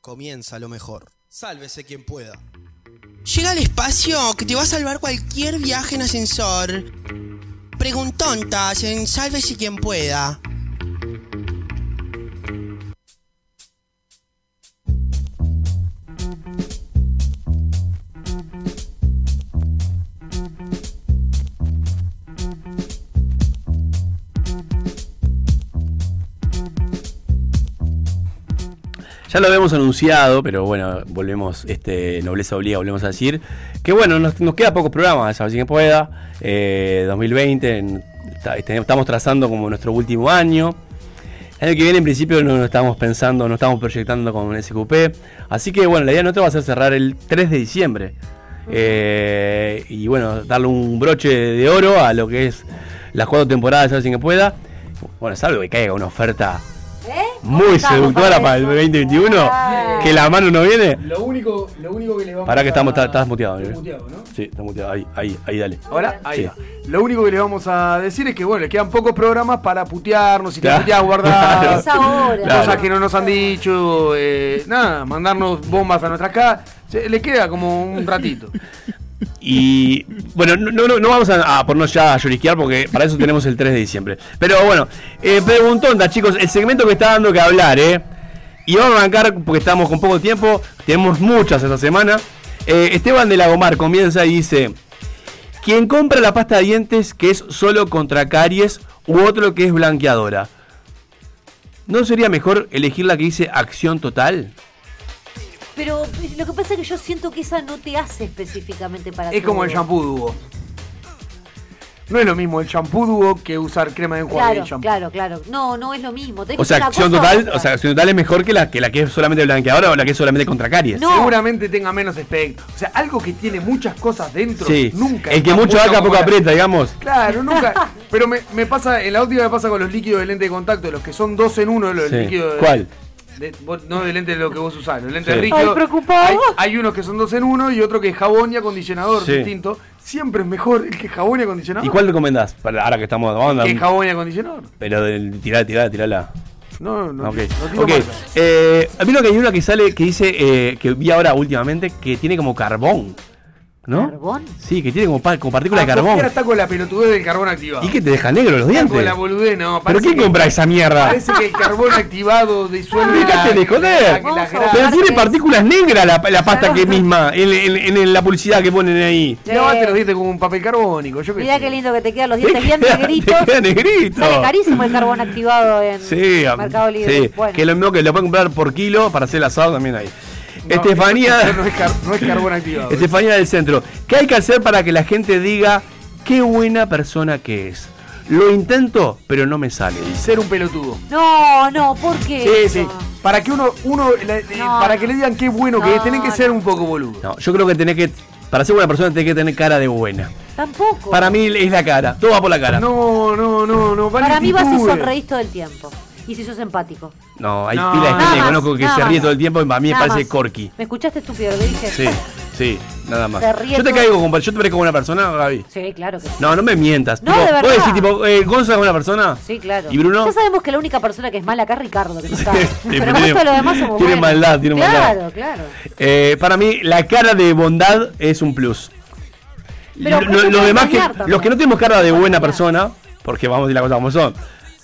comienza lo mejor. Sálvese quien pueda. Llega al espacio que te va a salvar cualquier viaje en ascensor. Preguntontas en Sálvese quien pueda. Ya lo habíamos anunciado, pero bueno, volvemos, este, nobleza obliga, volvemos a decir. Que bueno, nos, nos queda pocos programas, así que pueda. eh, 2020, en- ta- este, estamos trazando como nuestro último año. El año que viene, en principio, no, no estamos pensando, no estamos proyectando con SQP. Así que bueno, la idea nuestra va a ser cerrar el 3 de diciembre. Eh, y bueno, darle un broche de oro a lo que es las cuatro temporadas, así que pueda. Bueno, salvo que caiga una oferta muy ¿Eh? estamos seductora para para el 2021. Que la mano no viene. Lo único, lo único que les vamos Pará que estamos, a- estás, estás muteado. Estoy ¿eh? muteado, ¿no? Sí, estás muteado. Ahí, ahí, ahí, dale. Ahora, ahí Sí. va. Lo único que les vamos a decir es que, bueno, les quedan pocos programas para putearnos y te Claro. puteás, guardar. Es ahora. Cosas Claro. que no nos han dicho, eh, nada, mandarnos bombas a nuestras casas. Se- Le queda como un ratito. Y bueno, no, no, no vamos a, a ponernos ya a llorisquear porque para eso tenemos el 3 de diciembre. Pero bueno, eh, preguntonda, chicos, el segmento que está dando que hablar, ¿eh? Y vamos a arrancar porque estamos con poco tiempo, tenemos muchas esta semana. Eh, Esteban de Lagomar comienza y dice: Quien compra la pasta de dientes que es solo contra caries u otro que es blanqueadora, ¿no sería mejor elegir la que dice acción total? Pero lo que pasa es que yo siento que esa no te hace específicamente para Es tu- como el shampoo dúo. No es lo mismo el champú dúo que usar crema de enjuague y Claro, shampoo. claro, claro. No, no es lo mismo. Tenés O que sea, hacer una acción cosa total, otra. o sea, acción total es mejor que la que la que es solamente blanqueadora o la que es solamente contra caries. Seguramente tenga menos efecto. O sea, algo que tiene muchas cosas dentro. Sí. Nunca. El que está mucho muy acá poco popular. aprieta, digamos. Claro, nunca. Pero me, me pasa, en la óptica me pasa con los líquidos de lente de contacto, los que son dos en uno, los Sí. del líquido de- ¿Cuál? de- vos- no de lente de lo que vos usás, los lentes Sí. líquidos. Ay, Hay, hay unos que son dos en uno y otro que es jabón y acondicionador Sí. distinto. Siempre es mejor el que es jabón y acondicionador. ¿Y cuál recomendás? Para ahora que estamos de onda. Que es jabón y acondicionador. Pero del tirar, tirar, tirarla. No, no. ok. digo Ok. marca. Eh, a mí lo que hay una que sale, que dice, eh, que vi ahora últimamente, que tiene como carbón. ¿No? ¿Carbón? Sí, que tiene como, pa- como partícula Ah, de Sofía carbón. está con la pelotudez del carbón activado. ¿Y que te deja negro los Está dientes? Con la boludez, no. ¿Pero parece quién que- compra esa mierda? Parece que el carbón activado disuelve. Déjate de joder. la- la- la- Pero tiene partículas negras la, la pasta que misma, en, en- en la publicidad que ponen ahí. Lávate los dientes con un papel carbónico. Yo qué Mirá sé. qué lindo que te quedan los dientes bien Te negritos. queda negrito. Sale carísimo el carbón activado en Sí, am- Mercado Libre. sí. Bueno. que lo mismo que lo pueden comprar por kilo para hacer el asado también ahí. Estefanía, Este- eso No es, car- no es carbón activado. Estefanía del centro, ¿qué hay que hacer para que la gente diga qué buena persona que es? Lo intento, pero no me sale. Ser un pelotudo. No, no, ¿por qué? Sí, sí. Para que uno, uno la- eh, No, para que le digan qué bueno que No, es, tienen que ser un poco boludo. No, yo creo que tenés que para ser buena persona tenés que tener cara de buena. Tampoco. Para mí es la cara, todo va por la cara. No, no, no, no. va la Para mí vas y actitud. sonreís todo el tiempo. Y si sos empático. No, hay No, pila de gente nada que más, conozco que nada se ríe más. todo el tiempo y a mí me Nada parece más. Corky. ¿Me escuchaste estúpido lo que dije? Sí, sí, nada más. Se ríe Yo te todo- caigo, como- yo te parezco buena persona, Gaby. Sí, claro que sí. No, no me mientas. No, Tipo, de verdad. Vos decís, tipo, eh, ¿Gonza es buena persona? Sí, claro. ¿Y Bruno? Ya sabemos que la única persona que es mala acá es Ricardo, que no está. Pero pero el resto tiene- de los demás somos tiene buenos. maldad, tiene claro, maldad. Claro, Eh, para mí, la cara de bondad es un plus. Pero Y eso puede los demás que, cambiar también. los que no tenemos cara de buena persona, porque vamos a decir la cosa como son,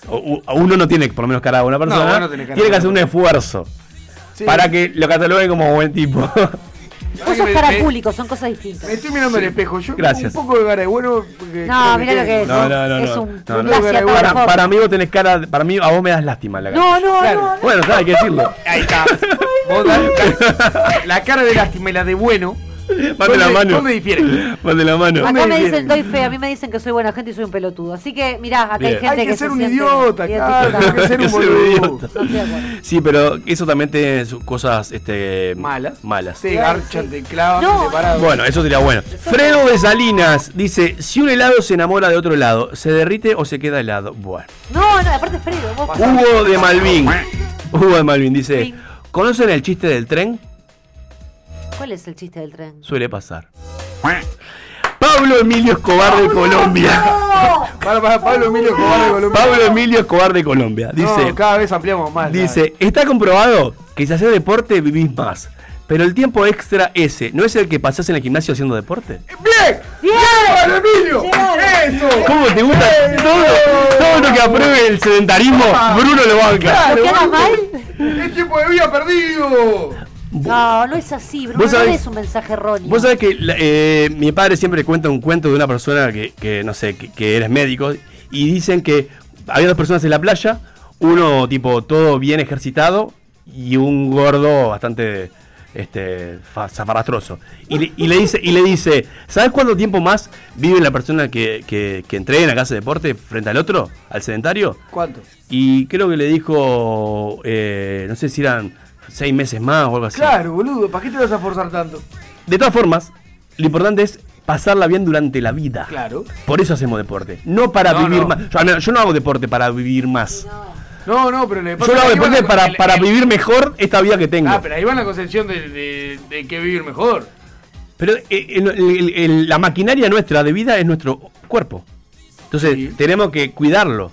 o- u- uno no tiene por lo menos cara de buena No, persona, vos no tenés cara tiene de que hacer un esfuerzo Sí. para que lo cataloguen como buen tipo. Vos sos me- cara me- público, son cosas distintas. Me estoy mirando el espejo. Yo Gracias. un poco de cara de bueno. porque creo No, mirá lo que es. No, no, no, Es no, un no, no. gracia todo Para, el foco. para mí vos tenés cara, de- para mí a vos me das lástima en la cara. No, no, Claro. no. Bueno, ¿sabes? hay que decirlo. Ahí está. Vos dale, dale. la cara de lástima y la de bueno. Mate la ¿dónde- mano. ¿Dónde difieren? Mate la mano. Acá me dicen, difieren? doy fe, a mí me dicen que soy buena gente y soy un pelotudo. Así que, mirá, acá hay Bien. gente Hay que que se ser un siente idiota, identificada. claro, hay Ah, que ser un Ser un boludo. idiota. No estoy de acuerdo. Sí, pero eso también tiene sus cosas este, Malas. malas. Te garchan, te clavan, No, te separan. Bueno, eso sería bueno. Fredo de Salinas dice, si un helado se enamora de otro helado, ¿se derrite o se queda helado? Bueno. No, no, aparte es Fredo. Vos Hugo de Malvin. Hugo de Malvin dice, ¿conocen el chiste del tren? ¿Cuál es el chiste del tren? Suele pasar. Pablo Emilio Escobar de Colombia. Para, para, Pablo Emilio Cobarde Colombia. Pablo Emilio Escobar de Colombia. Dice, No, cada vez ampliamos más. la- Dice, está comprobado que si haces deporte vivís más. Pero el tiempo extra ese, ¿no es el que pasás en el gimnasio haciendo deporte? ¡Bien! ¡Bien! ¡Pablo Emilio! ¡Eso! ¿Cómo te gusta? ¡Eh, Todo, todo lo que apruebe el sedentarismo, Ah, Bruno lo banca. ¿Lo que hagas boludo. mal? ¡El tiempo de vida perdido! No, no es así, Bruno. Vos No sabés- es un mensaje erróneo. Vos sabés que la- eh, mi padre siempre cuenta un cuento de una persona que, que, no sé, que, que eres médico, y dicen que había dos personas en la playa, uno tipo todo bien ejercitado y un gordo bastante este fa- zafarrastroso. Y le, y le dice, y le dice, ¿sabes cuánto tiempo más vive la persona que, que, que entrena, que hace deporte frente al otro, al sedentario? ¿Cuánto? Y creo que le dijo, eh, no sé si eran seis meses más o algo así. Claro, boludo, ¿para qué te vas a forzar tanto? De todas formas, lo importante es pasarla bien durante la vida. Claro. Por eso hacemos deporte. No para No, vivir no. más. Yo, al menos, yo no hago deporte para vivir más. No, no, pero le yo lo hago deporte para, para vivir mejor esta vida que tengo. Ah, pero ahí va la concepción de, de, de que vivir mejor. Pero eh, el- el- el- la maquinaria nuestra de vida es nuestro cuerpo. Entonces tenemos que cuidarlo.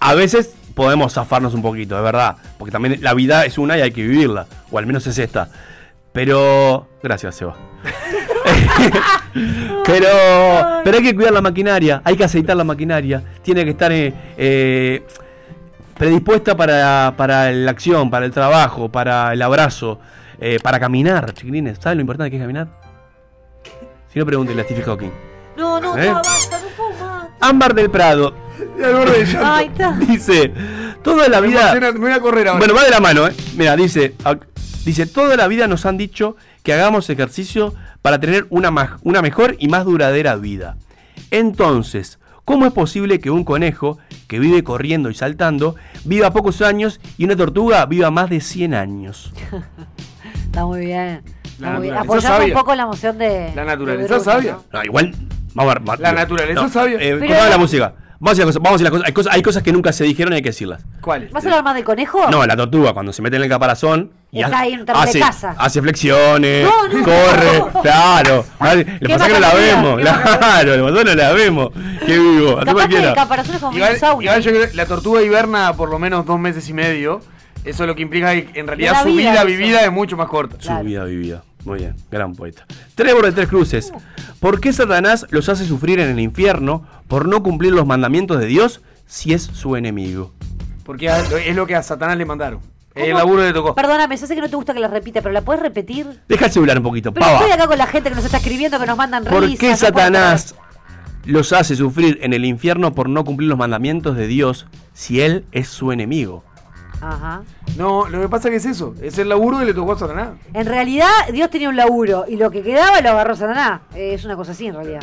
A veces podemos zafarnos un poquito, es verdad. Porque también la vida es una y hay que vivirla. O al menos es esta. Pero... Gracias, Seba. pero, pero hay que cuidar la maquinaria. Hay que aceitar la maquinaria. Tiene que estar eh, eh, predispuesta para, para la acción, para el trabajo, para el abrazo, eh, para caminar, chiquilines. ¿Saben lo importante que es caminar? Si no, pregúntenle a Stephen Hawking. No, no, ¿Eh? no, basta, no puedo más. Ámbar del Prado Y al borde del llanto. Ay, está. dice: Toda la Me vida. emociona- me voy a correr ahora. Bueno, va de la mano, ¿eh? Mira, dice, ac- dice, toda la vida nos han dicho que hagamos ejercicio para tener una, maj- una mejor y más duradera vida. Entonces, ¿cómo es posible que un conejo que vive corriendo y saltando viva pocos años y una tortuga viva más de 100 años? Está muy bien. Está La muy bien. naturaleza Apoyando un sabia. poco la emoción de. La naturaleza Bruno, sabia. ¿no? igual, vamos a ver. La naturaleza sabia. Eh, Pero- cortame la música. Vamos a decir las cosas. Vamos a decir las cosas. Hay, cosas hay cosas que nunca se dijeron y hay que decirlas. ¿Cuál? ¿Vas a hablar más del conejo? No, la Ah, tortuga, cuando se mete en el caparazón. Y Está ha- ahí en un terreno de hace, caza. hace flexiones, No, no. corre, claro. Madre, le pasa que no la maravilla, vemos, qué claro, le pasó que no la vemos. Qué vivo, así cualquiera. caparazón es como un Igual- dinosaurio. igual yo creo que la tortuga hiberna por lo menos dos meses y medio. Eso lo que implica que en realidad la su vida vida eso. vivida es mucho más corta. Su vida vivida. Muy bien, gran poeta. Trébol de tres cruces. ¿Por qué Satanás los hace sufrir en el infierno por no cumplir los mandamientos de Dios si es su enemigo? Porque a- es lo que a Satanás le mandaron. ¿Cómo? El laburo le tocó. Perdóname, yo sé que no te gusta que la repita, pero la puedes repetir. Deja el celular un poquito, Pero pava. estoy acá con la gente que nos está escribiendo, que nos mandan ¿Por risas, qué no puedo Satanás los hace sufrir en el infierno por no cumplir los mandamientos de Dios si él es su enemigo? Ajá. No, lo que pasa que es eso. Es el laburo que le tocó a Satanás. En realidad, Dios tenía un laburo y lo que quedaba lo agarró Satanás. Eh, es una cosa así en realidad.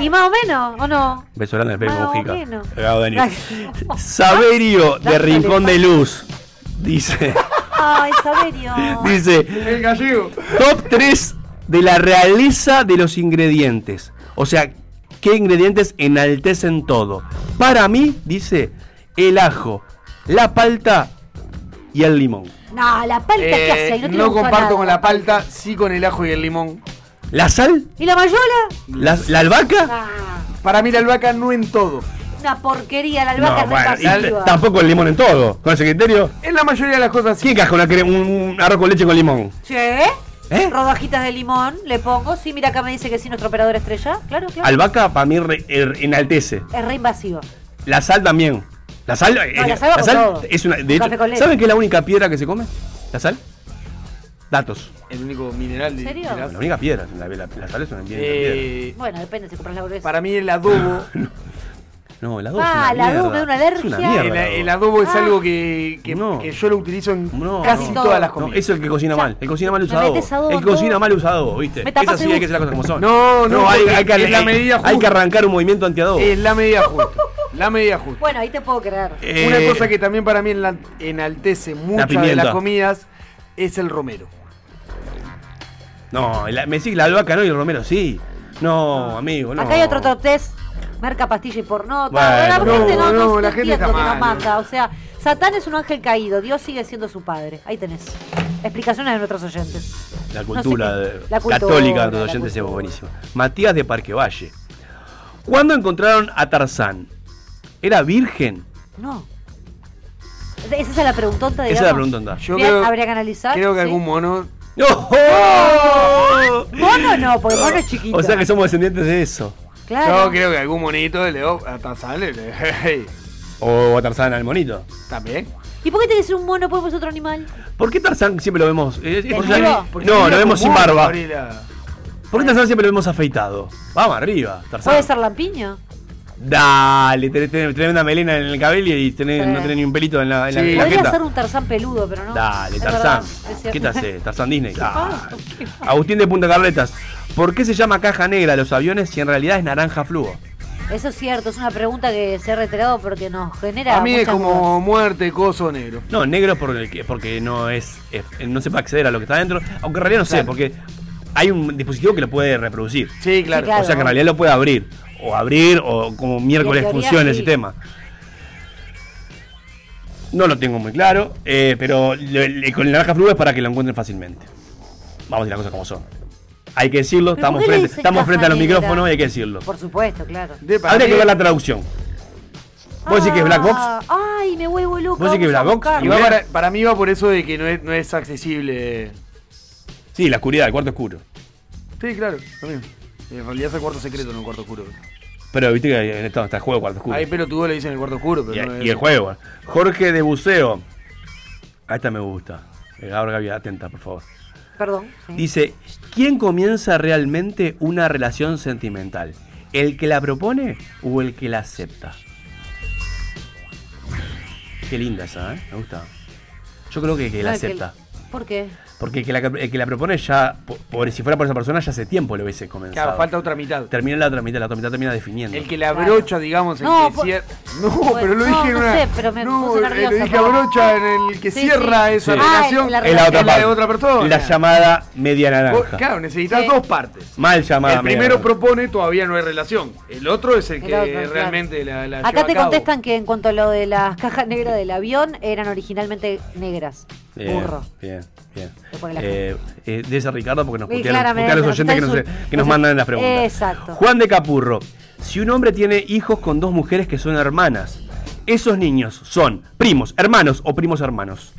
Y más o menos, ¿o no? Beso grande al pelo Más o con menos. Mujica. Cagado de Daniel. Saberio de Dale, Rincón pa. de Luz dice, Ay, Saberio. dice, El gallego. top 3 de la realeza de los ingredientes. O sea, ¿qué ingredientes enaltecen todo? Para mí, dice, el ajo, la palta y el limón. No, la palta que hace ahí, no Eh, no te le gustó comparto nada. con la palta, sí con el ajo y el limón. Mm. ¿La sal? ¿Y la mayola? ¿La, la albahaca? Ah, Para mí la albahaca no en todo. una porquería, la albahaca No, bueno, es y t- invasiva. tampoco el limón en todo. Con ese criterio, En la mayoría de las cosas sí. ¿quién caja una cre- un, un arroz con leche con limón? Sí, ¿Eh? Rodajitas de limón, le pongo. Sí, mira acá me dice que sí, nuestro operador estrella. Claro, claro. Albahaca para mí re- er- enaltece. Es re invasivo. La sal también. La sal, eh, la sal va con todo. es una. Con De hecho, café con leche. ¿saben qué es la única piedra que se come? ¿La sal? Datos. El único mineral de. ¿En serio? de la- La única piedra. La, la- la sal es una piedra. Eh, Bueno, depende si compras la hamburguesa. para mí el adobo. No, la dos. Ah, es una la adobo, mierda. una alergia. Es una mierda. el, la el adobo. adobo es Ah. algo que, que- que yo lo utilizo en casi no. todas las No, comidas. eso es el que cocina mal. El que cocina mal me usa adobo. metes adobo El en que cocina todo. mal usa adobo, ¿viste? Me Eso tapas sí el hay que decir las cosas como son. No, no, hay, porque hay que, es la hay- medida hay que justa. arrancar un movimiento antiadobo. Es la medida justa. la medida justa. Bueno, ahí te puedo creer. Eh, Una cosa que también para mí enla- enaltece muchas de pimienta. las comidas es el romero. No, la- me decís la albahaca no y el romero sí. No, amigo, no. Acá hay otro top test. Merca, pastilla y porno. Bueno. la No, gente no, no, no, no la gente entiendo está que nos mal. mata. O sea, Satán es un ángel caído. Dios sigue siendo su padre. Ahí tenés. Explicaciones de nuestros oyentes. La No cultura, sé qué- de- la cultura, católica de los la oyentes es buenísima. Matías de Parque Valle. ¿Cuándo encontraron a Tarzán? ¿Era virgen? No. ¿Es ¿Esa es la preguntonta de Esa es la pregunta. Yo Bien, creo, habría que analizar. creo que sí. algún mono. Mono no, porque mono es chiquito. O sea que somos descendientes de eso. Claro. Yo creo que algún monito le dio a Tarzán. le- le- O a Tarzán al monito. También. ¿Y por qué tiene que ser un mono? ¿Por qué es otro animal? ¿Por qué Tarzán siempre lo vemos? eh, eh, ¿Desnudo? ya- Porque no, mira lo vemos sin cómo barba. gorila. ¿Por qué Tarzán siempre lo vemos afeitado? Vamos arriba, ¿Puede Tarzán. ser lampiño? Dale, tenés, tenés tremenda melena en el cabello y tenés- Sí. no tenés ni un pelito en la, en la- en la Podría jeta. ser un Tarzán peludo, pero no. Dale, Es Tarzán. verdad, es cierto. ¿Qué te hace? Tarzán Disney. Ah. Ah, ok. Agustín de Punta Carretas. ¿Por qué se llama caja negra a los aviones si en realidad es naranja fluo? Eso es cierto, es una pregunta que se ha reiterado porque nos genera. A mí es muchas como dudas. muerte, coso negro. No, negro porque, porque no es, es- no se puede acceder a lo que está dentro. Aunque en realidad no sé, Claro. porque hay un dispositivo que lo puede reproducir. Sí, claro. O sea que en realidad lo puede abrir. O abrir, o como miércoles teoría, funciona el sí. sistema. No lo tengo muy claro, eh, pero le- le- con el naranja fluo es para que lo encuentren fácilmente. Vamos a decir las cosas como son. Hay que decirlo, ¿Pero estamos por qué le frente, dicen estamos frente a los caja negra? micrófonos y hay que decirlo. Por supuesto, claro. De para Habría que mí- ver la traducción. ¿Vos decís que es Black Box? Ah, Ay, me vuelvo loco. ¿Vos decís que vamos a Black Box? buscarlo. Y va para, para mí va por eso de que no es, no es accesible. Sí, la oscuridad, el cuarto oscuro. Sí, claro, también. En realidad es el cuarto secreto, no el cuarto oscuro. Pero viste que en esto está el juego cuarto oscuro. Ahí pelotudo le dicen el cuarto oscuro, pero Y, no es- y el juego. Jorge de Buceo. A esta me gusta. Eh, Ahora Gaby, atenta, por favor. Perdón. sí. Dice, ¿quién comienza realmente una relación sentimental? ¿El que la propone o el que la acepta? Qué linda esa, ¿eh? Me gusta. Yo creo que el que la No, el Ah, que- acepta. ¿Por qué? Porque el que la, el que la propone ya, po- por, si fuera por esa persona, ya hace tiempo lo hubiese comenzado. Claro, falta otra mitad. Termina la otra mitad, la otra mitad termina definiendo. El que la brocha, digamos, el No, que por- cier- No, pero lo dije en no una. sé, pero me puse eh, nerviosa. lo dije por- abrocha en el que Sí, cierra sí. esa Sí. Ah, relación. Es la otra, de parte. otra persona. La llamada media Vos- naranja. claro, necesitas dos partes. Mal llamada El media primero naranja. propone, todavía no hay relación. El otro es el El que otro, claro. realmente la, la lleva Acá a te cabo. contestan que en cuanto a lo de las cajas negras del avión, eran originalmente negras. Bien, Burro. bien, bien. Lo pone la Eh, eh, dice Ricardo porque nos Y putearon, claramente, nos putearon los oyentes que está nos, eh, insul- que nos mandan las preguntas. Exacto. Juan de Capurro. Si un hombre tiene hijos con dos mujeres que son hermanas, esos niños son primos, hermanos o primos hermanos.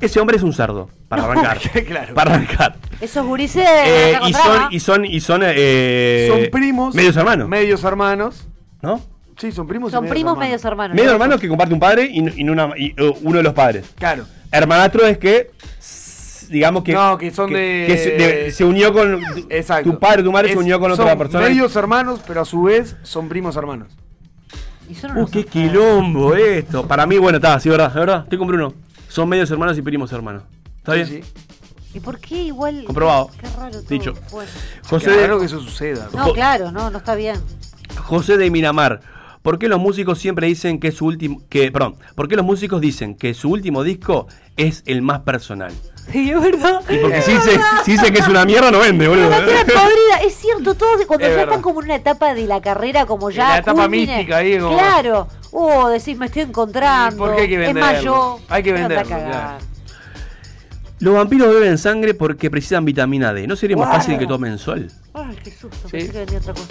Ese hombre es un cerdo, para No. arrancar. claro. Para arrancar. Esos gurises. Eh, acá y compraba. son, y son, y son, eh, Son primos. Medios hermanos. Medios hermanos. ¿No? Sí, son primos. y Son medios primos hermanos. medios hermanos. Medios hermanos que comparte un padre y, y una- y, eh, uno de los padres. Claro. Hermanastro es que, s- digamos que. No, que son de- que se, de- se unió con. Exacto. Tu padre, tu madre se Es- unió con otra son persona. Medios hermanos, pero a su vez son primos hermanos. Y son Uh, qué quilombo esto. Para mí, bueno, está, sí, verdad, es verdad. Estoy con Bruno. Son medios hermanos y primos hermanos. ¿Está bien? ¿Y por qué igual? Comprobado. Qué raro todo. Dicho. Bueno. José. Qué raro que eso suceda. No, claro, no, no está bien. José de Miramar. ¿Por qué los músicos siempre dicen que su último que perdón, por qué los músicos dicen que su último disco es el más personal? Sí, es verdad. Y porque si dice, si dice que es una mierda no vende, boludo. La tela podrida, es cierto, todos cuando Es ya verdad. están como en una etapa de la carrera, como ya. la etapa cúlmine. mística ahí, como- Claro. Oh, decís, me estoy encontrando. ¿Por qué hay que Es venderlo? más, yo. Hay que Pero anda a venderlo, cagar. claro. Los vampiros beben sangre porque precisan vitamina D. ¿No sería más Guau. fácil que tomen sol? Ay, qué susto. Pensé que vendía otra cosa.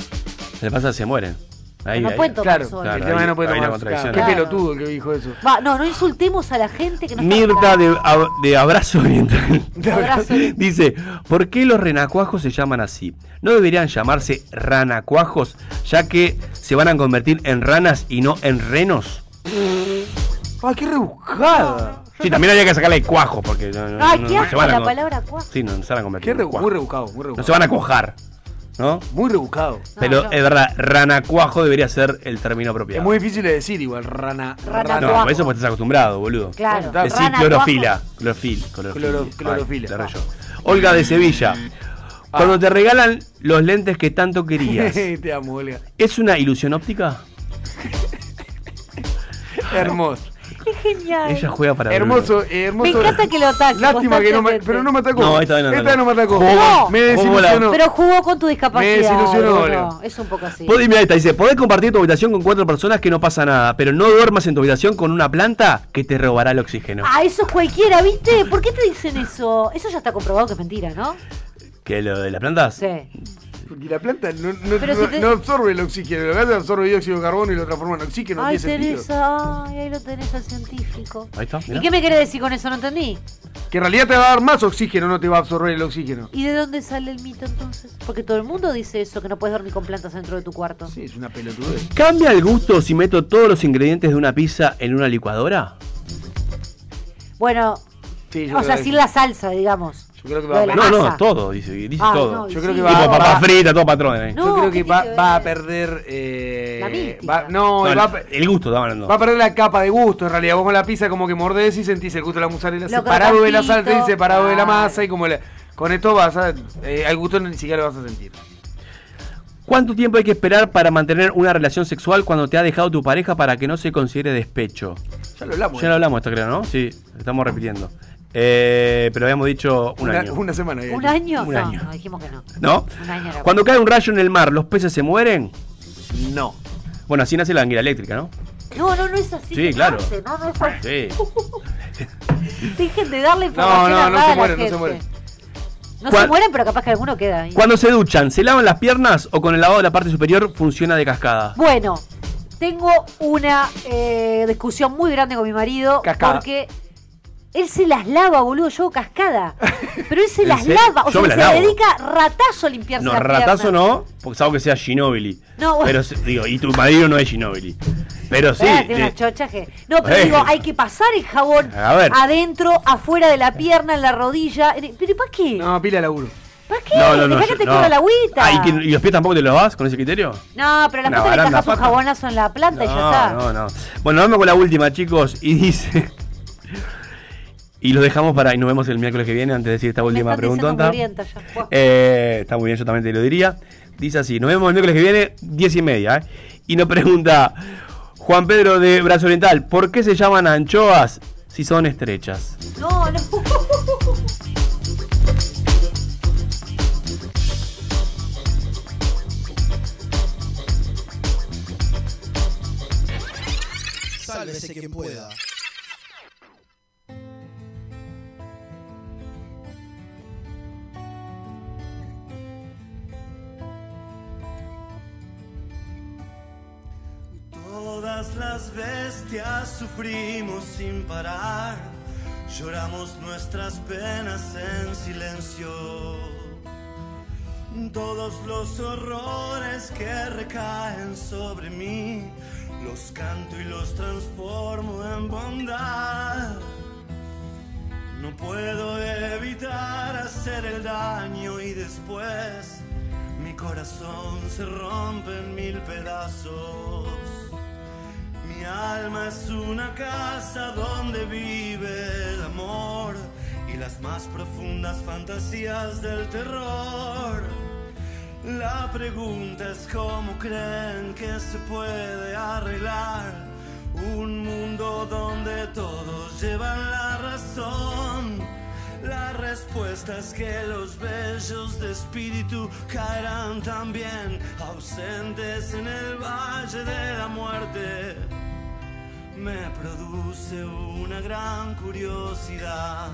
Se le pasa se mueren. Ahí, No ahí. pueden tomar Claro, sol. el tema ahí- no puede ahí la tomar sol, contradicción. claro. Qué pelotudo el que dijo eso. Va, no, no insultemos a la gente que no está Mirta preparada. de, ab- de Abrazo Oriental abrazo oriental. dice, ¿por qué los renacuajos se llaman así? ¿No deberían llamarse ranacuajos ya que se van a convertir en ranas y no en renos? ¡Ay, ¡Ah, qué rebuscada! Sí, también había que sacarle cuajo porque no, no- Ay, no- qué no asco se van a la con- palabra cuajo. Sí, no, no se van a convertir. Qué en rebu- cuajo. muy rebuscado, muy rebuscado. No se van a cojar, ¿no? Muy rebuscado. Pero es verdad, ranacuajo debería ser el término apropiado. Es muy difícil de decir igual, rana. No, por eso porque estás acostumbrado, boludo. Claro. Decí Rana clorofila. Clorofil, clorofila. Cloro- Ay, clorofila. la rayó. Olga de Sevilla. Mm. Ah. Cuando te regalan los lentes que tanto querías, Te amo, Olga. ¿es una ilusión óptica? Hermoso. Es genial. Ella juega para Hermoso, eh, Me hermoso. encanta que lo ataque. Lástima que no me, constantemente. pero no me atacó. No, esta vez no atacó. me atacó. Jugó. Me Jugó la- desilusionó. Pero jugó con tu discapacidad. Me desilusionó, Bruno. Leo. Es un poco así. Podés- mirá esta, dice, podés compartir tu habitación con cuatro personas que no pasa nada, pero no duermas en tu habitación con una planta que te robará el oxígeno. Ah, eso es cualquiera, ¿viste? ¿Por qué te dicen eso? Eso ya está comprobado que es mentira, ¿no? ¿Que lo de las plantas? Sí. Porque la planta no, no- Pero no- si te- no absorbe el oxígeno. Lo que hace es absorbe dióxido de carbono y lo transforma en oxígeno. no Ay, tiene sentido. Teresa, ay, ahí lo tenés al científico. Ahí está, ¿Y qué me querés decir con eso? No entendí. Que en realidad te va a dar más oxígeno, no te va a absorber el oxígeno. ¿Y de dónde sale el mito entonces? Porque todo el mundo dice eso, que no puedes dormir con plantas dentro de tu cuarto. Sí, es una pelotudez. ¿Cambia el gusto si meto todos los ingredientes de una pizza en una licuadora? Bueno, Sí, yo o creo sea, que- sin la salsa, digamos. Yo creo que Lo va de a la No, no, masa. todo, dice, dice Ay, todo. no, Yo creo sí. que Tipo va- papa va- frita, todo patrón eh. ahí. Yo No, creo ¿qué que tiene va, que va a ver? perder. eh, La mística. va- no, No, va, a el- per- el gusto, estaba hablando. va a perder la capa de gusto. En realidad, vos con la pizza como que mordés y sentís el gusto de la mozzarella Lo separado de la crocantito. salsa y separado de la Claro. masa. Y como la- con esto vas a. eh, al gusto ni siquiera lo vas a sentir. ¿Cuánto tiempo hay que esperar para mantener una relación sexual cuando te ha dejado tu pareja para que no se considere despecho? Ya lo hablamos. ¿eh? Ya lo hablamos esto, creo, ¿no? Sí, estamos repitiendo. Eh, pero habíamos dicho un Una- año. una semana. había ¿Un dicho. año? Un no, año. no, dijimos que no. ¿No? Un año era Cuando cae un rayo en el mar, ¿los peces se mueren? No. Bueno, así nace la anguila eléctrica, ¿no? No, no, no es así. Sí, se claro. hace, No, no es así. Sí. Dejen de darle No, información no, no errada se a mueren, la no se gente. mueren. No se ¿Cuál- mueren, pero capaz que alguno queda ahí. Cuando se duchan, ¿se lavan las piernas o con el lavado de la parte superior funciona de cascada? Bueno, tengo una eh, discusión muy grande con mi marido Cascada. porque él se las lava, boludo, yo hago cascada. Pero él se ¿En las serio? lava, o Yo sea, me que las se lavo. dedica ratazo a limpiarse No, las ratazo piernas. no, porque salvo que sea Ginobili. No, bueno. Pero se- digo, y tu marido no es Ginobili. Pero sí. Ah, tiene eh, unas chochas que- No, pero Eh. digo, hay que pasar el jabón A ver. adentro, afuera de la pierna, en la rodilla. en el- ¿Pero para qué? No, pila de laburo. ¿Para qué? Dejá que yo- te corra la agüita. Ah, ¿y, que- y los pies tampoco te los vas con ese criterio? No, pero las Una patas le baranda, cajas un pata. jabonazo en la planta y ya está. No, no, no. Bueno, vamos con la última, chicos. Y dice. Y los dejamos para y nos vemos el miércoles que viene antes de decir esta última pregunta. Eh, está muy bien, yo también te lo diría. Dice así, nos vemos el miércoles que viene, 10 y media. ¿eh? Y nos pregunta Juan Pedro de Brazo Oriental, ¿por qué se llaman anchoas si son estrechas? No, no. Sálvese quien pueda. Todas las bestias sufrimos sin parar, lloramos nuestras penas en silencio. Todos los horrores que recaen sobre mí, los canto y los transformo en bondad. No puedo evitar hacer el daño y después mi corazón se rompe en mil pedazos. Mi alma es una casa donde vive el amor y las más profundas fantasías del terror. La pregunta es cómo creen que se puede arreglar un mundo donde todos llevan la razón. La respuesta es que los bellos de espíritu caerán también ausentes en el valle de la muerte. Me produce una gran curiosidad.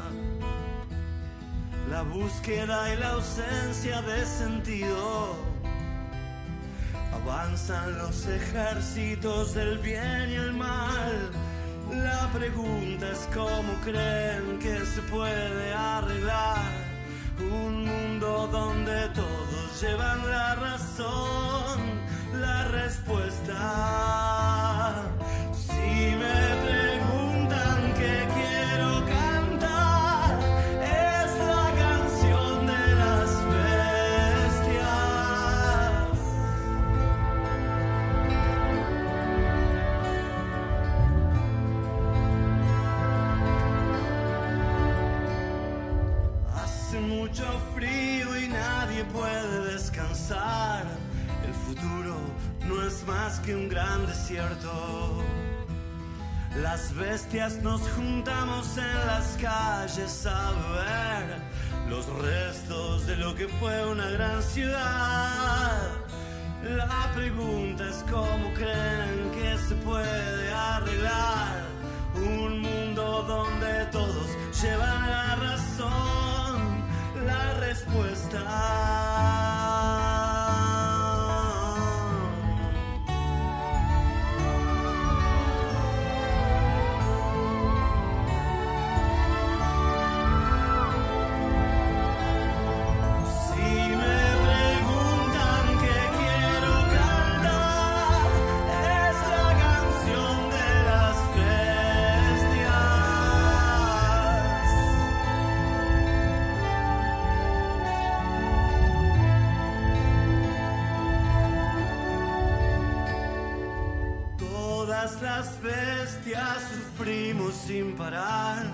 La búsqueda y la ausencia de sentido. Avanzan los ejércitos del bien y el mal. La pregunta es cómo creen que se puede arreglar un mundo donde todos llevan la razón. La respuesta, si me preguntan qué quiero cantar, es la canción de las bestias. Hace mucho frío y nadie puede descansar. El futuro no es más que un gran desierto. Las bestias nos juntamos en las calles a beber los restos de lo que fue una gran ciudad. La pregunta es cómo creen que se puede arreglar un mundo donde todos llevan la razón, la respuesta. Si me preguntan qué quiero cantar, es la canción de las bestias. Todas las bestias sufrimos sin parar.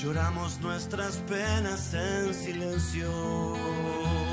Lloramos nuestras penas en silencio.